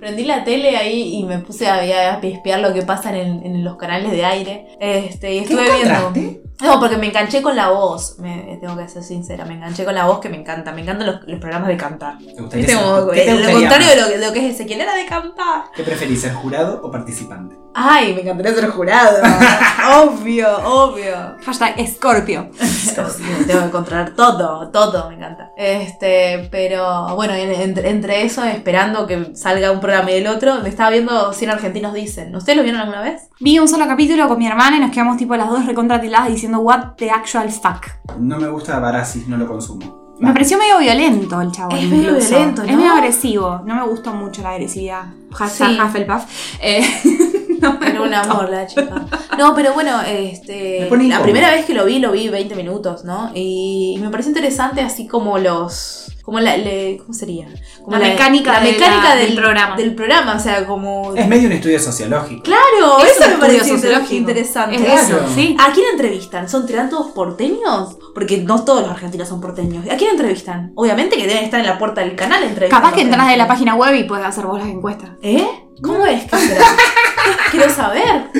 Speaker 2: Prendí la tele ahí y me puse a, a pispear lo que pasa en, en los canales de aire. Este, y estuve viendo.
Speaker 3: encontraste?
Speaker 2: No, porque me enganché con la voz. Me, eh, tengo que ser sincera, me enganché con la voz que me encanta. Me encantan los, los programas de cantar.
Speaker 3: ¿Te gustaría
Speaker 2: ¿Viste? Este Como,
Speaker 3: ser- ¿Qué te
Speaker 2: lo
Speaker 3: gustaría
Speaker 2: contrario de
Speaker 3: más?
Speaker 2: lo, que- de lo que es Ezequiel era de cantar.
Speaker 3: ¿Qué preferís, ser jurado o participante?
Speaker 2: Ay, me encantaría ser jurado. obvio, obvio.
Speaker 1: Hashtag Scorpio.
Speaker 2: Tengo que controlar todo, todo me encanta. Este, pero bueno, en- entre, entre eso, esperando que salga un programa y el otro, me estaba viendo 100 argentinos dicen. ¿Ustedes lo vieron alguna vez?
Speaker 1: Vi un solo capítulo con mi hermana y nos quedamos tipo las dos recontratiladas diciendo what the actual fuck.
Speaker 3: No me gusta Barasis, no lo consumo.
Speaker 1: Me pareció medio violento el chabón.
Speaker 2: Es medio
Speaker 1: incluso.
Speaker 2: violento, ¿no?
Speaker 1: Es medio agresivo. No me gustó mucho la agresividad. Hashtag
Speaker 2: Sí.
Speaker 1: Hufflepuff. Eh, no me
Speaker 2: Era un
Speaker 1: gustó.
Speaker 2: amor la chica. No, pero bueno,
Speaker 3: Me
Speaker 2: este,
Speaker 3: pone
Speaker 2: la
Speaker 3: incómodo.
Speaker 2: primera vez que lo vi, lo vi 20 minutos, ¿no? Y, y me pareció interesante así como los... Como la, le- ¿Cómo sería?
Speaker 1: La
Speaker 2: Como
Speaker 1: mecánica
Speaker 2: la
Speaker 1: de
Speaker 2: mecánica
Speaker 1: la-
Speaker 2: del,
Speaker 1: del
Speaker 2: programa.
Speaker 1: programa.
Speaker 2: Del programa, o sea, como...
Speaker 3: Es medio un estudio sociológico.
Speaker 2: Claro,
Speaker 1: Es un
Speaker 2: Oh, eso me
Speaker 1: estudio
Speaker 2: pareció
Speaker 1: sociológico.
Speaker 2: interesante.
Speaker 1: Es
Speaker 3: Claro.
Speaker 1: eso, sí.
Speaker 2: ¿A quién entrevistan? ¿Son tiran todos porteños? Porque no todos los argentinos son porteños. ¿A quién entrevistan? Obviamente que deben estar en la puerta del canal entrevistando.
Speaker 1: Capaz que entras de la
Speaker 2: gente.
Speaker 1: página web y puedes hacer vos las encuestas.
Speaker 2: ¿Eh? ¿Cómo es que será? Quiero saber.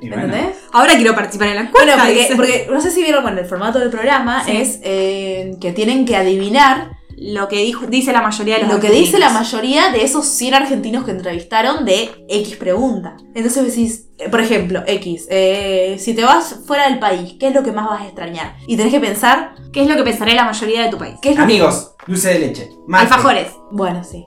Speaker 3: Y bueno,
Speaker 2: ¿Entendés?
Speaker 1: Ahora quiero participar en la encuesta.
Speaker 2: Bueno, porque,
Speaker 1: dice.
Speaker 2: porque no sé si vieron, bueno, el formato del programa
Speaker 1: Sí.
Speaker 2: es eh, que tienen que adivinar
Speaker 1: lo que dijo- dice la mayoría de los
Speaker 2: lo que dice la
Speaker 1: argentinos.
Speaker 2: mayoría de esos 100 argentinos que entrevistaron de X pregunta. Entonces decís, eh, por ejemplo, X, eh, si te vas fuera del país, ¿qué es lo que más vas a extrañar? Y tenés que pensar,
Speaker 1: ¿Qué es lo que pensará la mayoría de tu país?
Speaker 2: ¿qué es lo que...
Speaker 3: Amigos, dulce de leche. mate.
Speaker 1: Alfajores.
Speaker 2: Bueno, sí.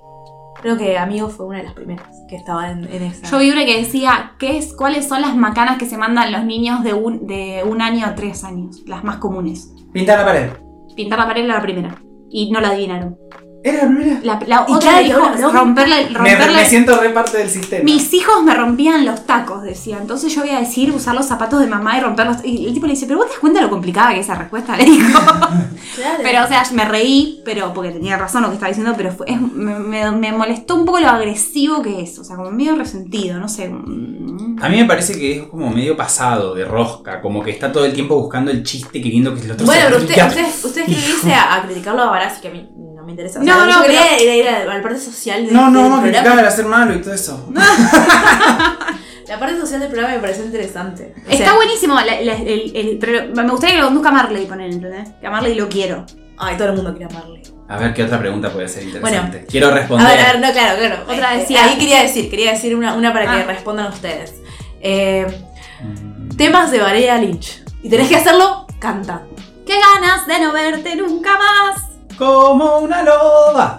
Speaker 2: Creo que Amigo fue una de las primeras que estaba en, en esa.
Speaker 1: Yo vi una que decía, ¿qué es, ¿cuáles son las macanas que se mandan los niños de un, de un año a tres años? Las más comunes.
Speaker 3: Pintar la pared.
Speaker 1: Pintar la pared era la primera. Y no la adivinaron.
Speaker 3: ¿Era la primera?
Speaker 1: La, la
Speaker 2: Y
Speaker 1: otra
Speaker 2: claro,
Speaker 1: dijo,
Speaker 2: la- la-
Speaker 1: romperla,
Speaker 3: Me,
Speaker 1: romperla-
Speaker 3: me siento re parte del sistema.
Speaker 1: Mis hijos me rompían los tacos, decía. Entonces yo voy a decir usar los zapatos de mamá y romperlos. Y el tipo le dice, pero vos te das cuenta lo complicada que es esa respuesta, le dijo.
Speaker 2: Claro.
Speaker 1: Pero, o sea, me reí, pero porque tenía razón lo que estaba diciendo, pero fue- es- me, me- me molestó un poco lo agresivo que es. O sea, como medio resentido, no sé. mm.
Speaker 3: A mí me parece que es como medio pasado de rosca, como que está todo el tiempo buscando el chiste queriendo que el otro
Speaker 2: Bueno,
Speaker 3: se
Speaker 2: pero
Speaker 3: ría.
Speaker 2: usted, ustedes ustedes que dice a, a criticarlo a Barassi, que a mí no me interesa. O sea,
Speaker 1: No,
Speaker 2: yo
Speaker 1: no,
Speaker 2: quería
Speaker 1: pero-
Speaker 2: ir, a- ir a- a la parte social del
Speaker 3: No, no,
Speaker 2: del
Speaker 3: vamos a
Speaker 2: programa.
Speaker 3: criticar al hacer malo y todo eso.
Speaker 2: La parte social del programa me pareció interesante. O
Speaker 1: Está
Speaker 2: sea,
Speaker 1: buenísimo, la- la- el- el- pero me gustaría que lo conduzca Marley, poner, ¿entendés? Que a Marley lo quiero.
Speaker 2: Ay, todo el mundo quiere amarle.
Speaker 3: A ver qué otra pregunta puede ser interesante. Quiero
Speaker 2: A
Speaker 3: responder.
Speaker 2: ver, a ver, no, claro, claro.
Speaker 1: Otra
Speaker 2: Este,
Speaker 1: decía-
Speaker 2: Ahí quería decir, quería decir una, una para que
Speaker 1: Ah.
Speaker 2: respondan ustedes. Eh,
Speaker 3: Mm.
Speaker 2: temas de Varea Lynch. Y tenés que hacerlo cantando.
Speaker 1: ¡Qué ganas de no verte nunca más!
Speaker 3: Como una loba.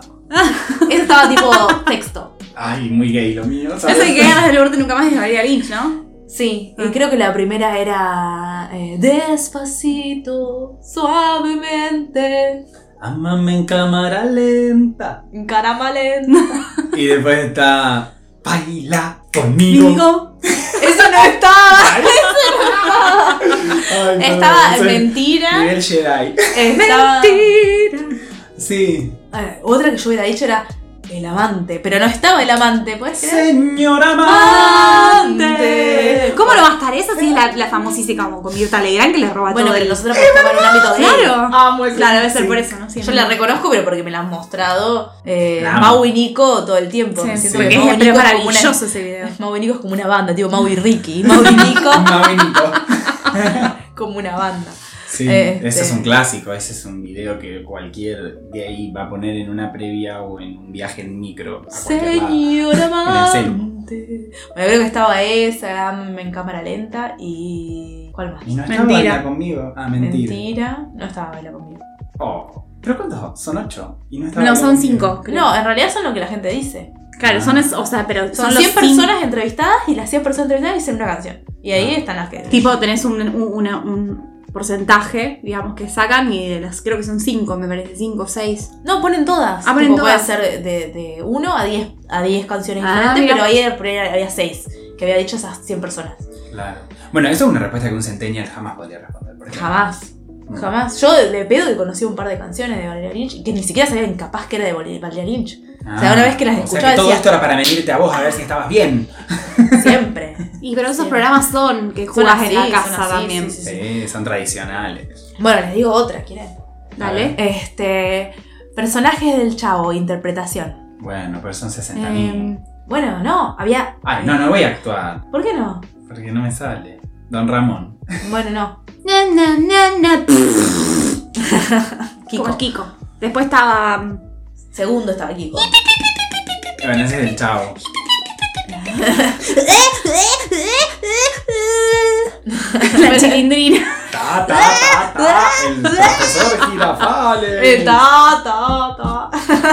Speaker 2: Eso estaba tipo texto.
Speaker 3: Ay, muy gay lo mío. ¿sabes?
Speaker 1: Eso de que ganas de no verte nunca más es María Lynch, ¿no?
Speaker 2: Sí, y
Speaker 1: Ah.
Speaker 2: creo que la primera era eh, despacito, suavemente,
Speaker 3: Amame en cámara lenta.
Speaker 2: caramba lenta.
Speaker 3: Y después está. Baila conmigo.
Speaker 2: Digo, eso no estaba.
Speaker 3: Ay, perdón,
Speaker 2: Estaba
Speaker 3: soy
Speaker 2: mentira.
Speaker 3: Nivel Jedi.
Speaker 2: Estaba...
Speaker 3: Sí.
Speaker 2: Ah, Otra que yo hubiera dicho era el amante, pero no estaba el amante, ¿puedes creer?
Speaker 3: Señora
Speaker 1: Ah,
Speaker 2: Amante.
Speaker 3: Amante.
Speaker 1: ¿Cómo no va a estar esa si es la, la famosísima como con Mirta Legrand que le roba
Speaker 2: Bueno,
Speaker 1: todo
Speaker 2: pero
Speaker 1: el...
Speaker 2: nosotros estamos en un ámbito de
Speaker 1: Claro.
Speaker 2: Amo ese-
Speaker 1: Claro, debe ser
Speaker 3: Sí.
Speaker 1: por eso, ¿no? Sí,
Speaker 2: Yo
Speaker 1: no.
Speaker 2: la reconozco, pero porque me la han mostrado eh,
Speaker 3: La amo.
Speaker 2: Mau y Nico todo el tiempo.
Speaker 1: Sí,
Speaker 2: Me
Speaker 1: sí,
Speaker 2: siento
Speaker 1: porque
Speaker 2: que
Speaker 1: es,
Speaker 2: Mau y
Speaker 1: pero es
Speaker 2: Nico es como una-
Speaker 1: maravilloso ese video.
Speaker 2: Mau y Nico es como una banda, tipo Mau y Ricky. Mau y Nico
Speaker 3: Mavenito.
Speaker 2: como una banda.
Speaker 3: Sí,
Speaker 2: Este.
Speaker 3: ese es un clásico, ese es un video que cualquier de ahí va a poner en una previa o en un viaje en micro. a cualquier lado.
Speaker 2: Señor
Speaker 3: En el
Speaker 2: amante. Bueno, creo que estaba esa, Amame en cámara lenta y. ¿Cuál más?
Speaker 3: Y no estaba
Speaker 1: Mentira.
Speaker 3: Baila conmigo. Ah, mentira.
Speaker 2: Mentira. No estaba baila conmigo.
Speaker 3: Oh. ¿Pero cuántos son? ¿Ocho? Y no, estaba
Speaker 1: No, son
Speaker 3: bien.
Speaker 1: cinco. creo.
Speaker 2: No, en realidad son lo que la gente dice.
Speaker 1: Claro, son es- o sea, pero
Speaker 2: Son,
Speaker 1: son los
Speaker 2: 100
Speaker 1: cin-
Speaker 2: personas entrevistadas y las 100 personas entrevistadas dicen una canción. Y
Speaker 1: Ah.
Speaker 2: ahí están las que.
Speaker 1: Tipo, tenés un, un- una- un porcentaje, digamos, que sacan y de las creo que son cinco, me parece, cinco o seis.
Speaker 2: No, ponen todas.
Speaker 1: Ah, ponen
Speaker 2: Tipo,
Speaker 1: todas.
Speaker 2: Puede ser de, de 1 a 10 a 10 canciones
Speaker 1: Ah,
Speaker 2: diferentes,
Speaker 1: mira.
Speaker 2: pero ahí era- por ahí había 6 que había dicho esas 100 personas.
Speaker 3: Claro. Bueno, eso es una respuesta que un centennial jamás podría responder. por ejemplo.
Speaker 2: Jamás.
Speaker 3: Mm.
Speaker 2: Jamás. Yo de pedo que conocí un par de canciones de Valeria Lynch y que ni siquiera sabía incapaz que era de Val- Valeria Lynch.
Speaker 3: Ah.
Speaker 2: O sea, una vez que las
Speaker 3: O sea,
Speaker 2: escuchaba
Speaker 3: todo
Speaker 2: decía-
Speaker 3: esto era para medirte a vos a ver si estabas bien.
Speaker 2: Siempre.
Speaker 1: Y pero esos
Speaker 2: Sí.
Speaker 1: programas son que
Speaker 2: Son
Speaker 1: juegas
Speaker 2: así,
Speaker 1: en la
Speaker 2: son
Speaker 1: casa
Speaker 2: así,
Speaker 1: también.
Speaker 2: sí, sí, sí.
Speaker 3: Sí, son tradicionales.
Speaker 2: Bueno, les digo otra, ¿quieren?
Speaker 1: Dale.
Speaker 2: Este. Personajes del chavo, interpretación.
Speaker 3: Bueno, pero son 60
Speaker 1: Em,
Speaker 2: Bueno, no, había.
Speaker 3: Ay, no, no voy a actuar.
Speaker 2: ¿Por qué no?
Speaker 3: Porque no me sale. Don Ramón.
Speaker 2: Bueno, no.
Speaker 1: na, na, na, na,
Speaker 2: Kiko.
Speaker 1: Como Kiko. Después estaba. mm,
Speaker 2: Segundo estaba Kiko.
Speaker 3: Bueno, ese es el chavo.
Speaker 1: La chilindrina.
Speaker 3: Ta, ta, ta, ta. El profesor Girafales.
Speaker 2: Ta, ta, ta.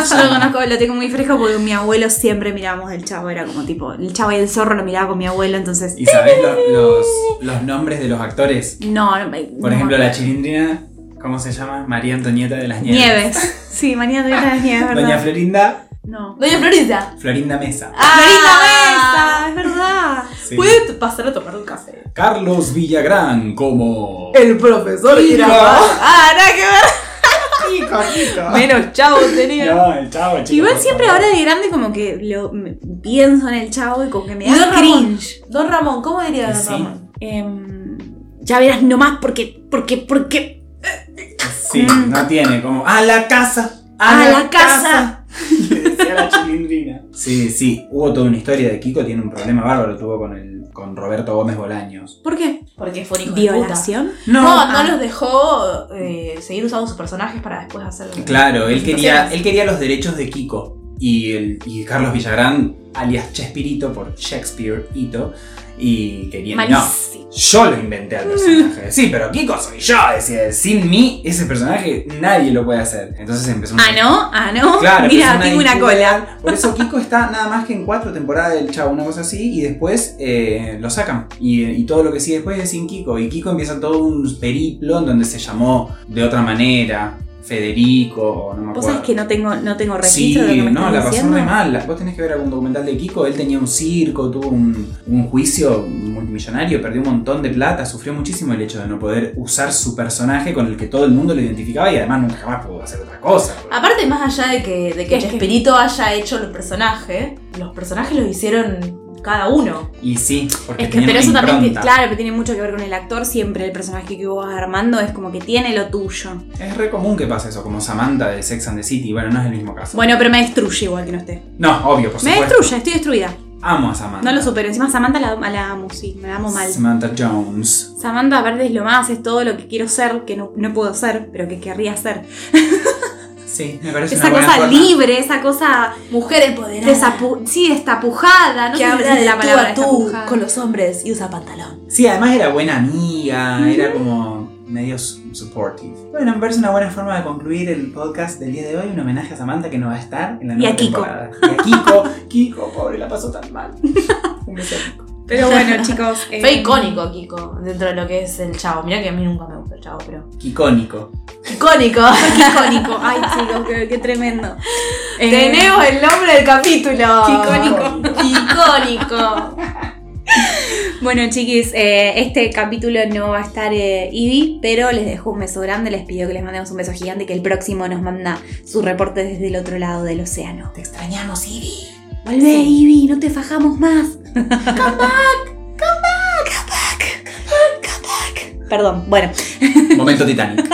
Speaker 1: Yo lo conozco, lo tengo muy fresco porque mi abuelo siempre mirábamos el chavo. Era como tipo, el chavo y el zorro lo miraba con mi abuelo, entonces.
Speaker 3: ¿Y sabés los, los, los nombres de los actores?
Speaker 1: No, no me-
Speaker 3: Por
Speaker 1: no.
Speaker 3: ejemplo, la chilindrina, ¿cómo se llama? María Antonieta de las Nieves.
Speaker 1: Nieves. Sí, María de las Nieves, ¿verdad?
Speaker 3: Doña Florinda,
Speaker 1: no.
Speaker 2: Doña Florinda.
Speaker 3: Florinda Mesa.
Speaker 1: ¡Ah! Florinda Mesa, es verdad.
Speaker 3: Sí.
Speaker 2: ¿Puedes pasar a tomar un café?
Speaker 3: Carlos Villagrán como...
Speaker 2: El profesor
Speaker 3: Kiko.
Speaker 2: Girafales. Ah, nada que ver.
Speaker 3: Kiko, Kiko.
Speaker 2: Menos chavo tenía.
Speaker 3: No, el chavo, chico.
Speaker 1: Igual
Speaker 3: por
Speaker 1: siempre
Speaker 3: favor.
Speaker 1: ahora de grande como que lo me- pienso en el chavo y como que me
Speaker 2: Y Don
Speaker 1: da
Speaker 2: Ramón.
Speaker 1: cringe.
Speaker 2: Don Ramón, ¿cómo diría
Speaker 3: Y
Speaker 2: Don
Speaker 3: Sí,
Speaker 2: Ramón?
Speaker 1: Em, ya verás nomás porque, porque, porque.
Speaker 3: sí, no tiene como... ¡A la casa!
Speaker 1: ¡A la casa!
Speaker 3: Le decía la chilindrina. Sí, sí, hubo toda una historia de Kiko, tiene un problema bárbaro, tuvo con, el, con Roberto Gómez Bolaños.
Speaker 1: ¿Por qué?
Speaker 2: Porque fue un hijo de puta.
Speaker 1: ¿Violación?
Speaker 2: No, no
Speaker 1: Ah.
Speaker 2: los dejó eh, seguir usando sus personajes para después hacer.
Speaker 3: Claro, él quería,
Speaker 2: Presentaciones.
Speaker 3: él quería los derechos de Kiko. Y, el, y Carlos Villagrán, alias Chespirito por Shakespeare, Ito, y quería...
Speaker 1: Malísimo.
Speaker 3: No, yo lo inventé al personaje. Sí, pero Kiko soy yo, decía. Sin mí, ese personaje nadie lo puede hacer. Entonces empezó una-
Speaker 1: Ah, no, ah, no.
Speaker 3: Claro,
Speaker 1: Mira,
Speaker 3: empezó
Speaker 1: tengo una
Speaker 3: disputa.
Speaker 1: cola.
Speaker 3: Por eso Kiko está nada más que en cuatro temporadas del Chavo, una cosa así, y después eh, lo sacan. Y, y todo lo que sigue después es sin Kiko. Y Kiko empieza todo un periplo en donde se llamó de otra manera, Federico, o no me acuerdo.
Speaker 1: Vos sabés que no tengo, no tengo
Speaker 3: Sí,
Speaker 1: registro de lo que me
Speaker 3: no,
Speaker 1: estás
Speaker 3: la pasó
Speaker 1: diciendo?
Speaker 3: re mal. Vos tenés que ver algún documental de Kiko. Él tenía un circo, tuvo un, un juicio multimillonario, perdió un montón de plata, sufrió muchísimo el hecho de no poder usar su personaje con el que todo el mundo lo identificaba y además nunca jamás pudo hacer otra cosa.
Speaker 2: Aparte, más allá de que, de que
Speaker 1: Es que-
Speaker 2: Chespirito haya hecho los personajes, los personajes los hicieron cada uno.
Speaker 3: Y sí, porque
Speaker 1: Es que,
Speaker 3: tenían
Speaker 1: pero eso
Speaker 3: una
Speaker 1: también, ti-
Speaker 3: impronta.
Speaker 1: claro, pero tiene mucho que ver con el actor. Siempre el personaje que vos vas armando es como que tiene lo tuyo.
Speaker 3: Es re común que pase eso, como Samantha de Sex and the City. Bueno, no es el mismo caso.
Speaker 1: Bueno, pero me destruye igual que no esté.
Speaker 3: No, obvio, por
Speaker 1: Me
Speaker 3: supuesto.
Speaker 1: destruye, estoy destruida.
Speaker 3: Amo a Samantha.
Speaker 1: No lo supero. Encima Samantha la, la amo, sí, me la amo mal.
Speaker 3: Samantha Jones.
Speaker 1: Samantha aparte es lo más, es todo lo que quiero ser, que no, no puedo ser, pero que querría ser.
Speaker 3: Sí, me parece
Speaker 1: Esa
Speaker 3: una buena
Speaker 1: cosa
Speaker 3: forma.
Speaker 1: libre, esa cosa
Speaker 2: Mujer empoderada.
Speaker 1: desapu sí, destapujada, no sé
Speaker 2: que
Speaker 1: si
Speaker 2: habla
Speaker 1: es
Speaker 2: de
Speaker 1: la
Speaker 2: tú
Speaker 1: palabra
Speaker 2: a tú
Speaker 1: destapujada.
Speaker 2: con los hombres y usa pantalón.
Speaker 3: Sí, además era buena amiga, era como medio su- supportive. Bueno, me parece una buena forma de concluir el podcast del día de hoy, un homenaje a Samantha que no va a estar en la
Speaker 1: Y
Speaker 3: nueva
Speaker 1: a Kiko.
Speaker 3: temporada. Y a Kiko. Kiko, pobre, la pasó tan mal. Un beso a Kiko.
Speaker 1: Pero bueno, chicos. eh,
Speaker 2: Fue icónico, Kiko, dentro de lo que es el chavo. Mirá que a mí nunca me gusta el chavo, pero.
Speaker 3: Kikónico.
Speaker 2: ¡Icónico!
Speaker 1: Icónico. Ay, chicos, qué, qué tremendo. Eh,
Speaker 2: Tenemos el nombre del capítulo.
Speaker 1: Icónico.
Speaker 2: Icónico.
Speaker 1: Bueno, chiquis, eh, este capítulo no va a estar eh, Ivy, pero les dejo un beso grande. Les pido que les mandemos un beso gigante que el próximo nos manda su reporte desde el otro lado del océano.
Speaker 3: Te extrañamos, Ivy.
Speaker 1: Volvé, Ivy, no te fajamos más. Come back, come back, come back, come back, come back. Perdón, bueno,
Speaker 3: Momento Titanic.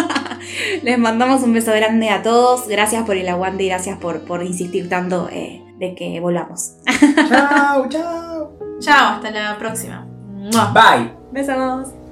Speaker 1: les mandamos un beso grande a todos. Gracias por el aguante y gracias por, por insistir tanto eh, de que volvamos.
Speaker 3: chao, chao.
Speaker 2: Chao, hasta la próxima. ¡Mua!
Speaker 3: Bye.
Speaker 1: Besos.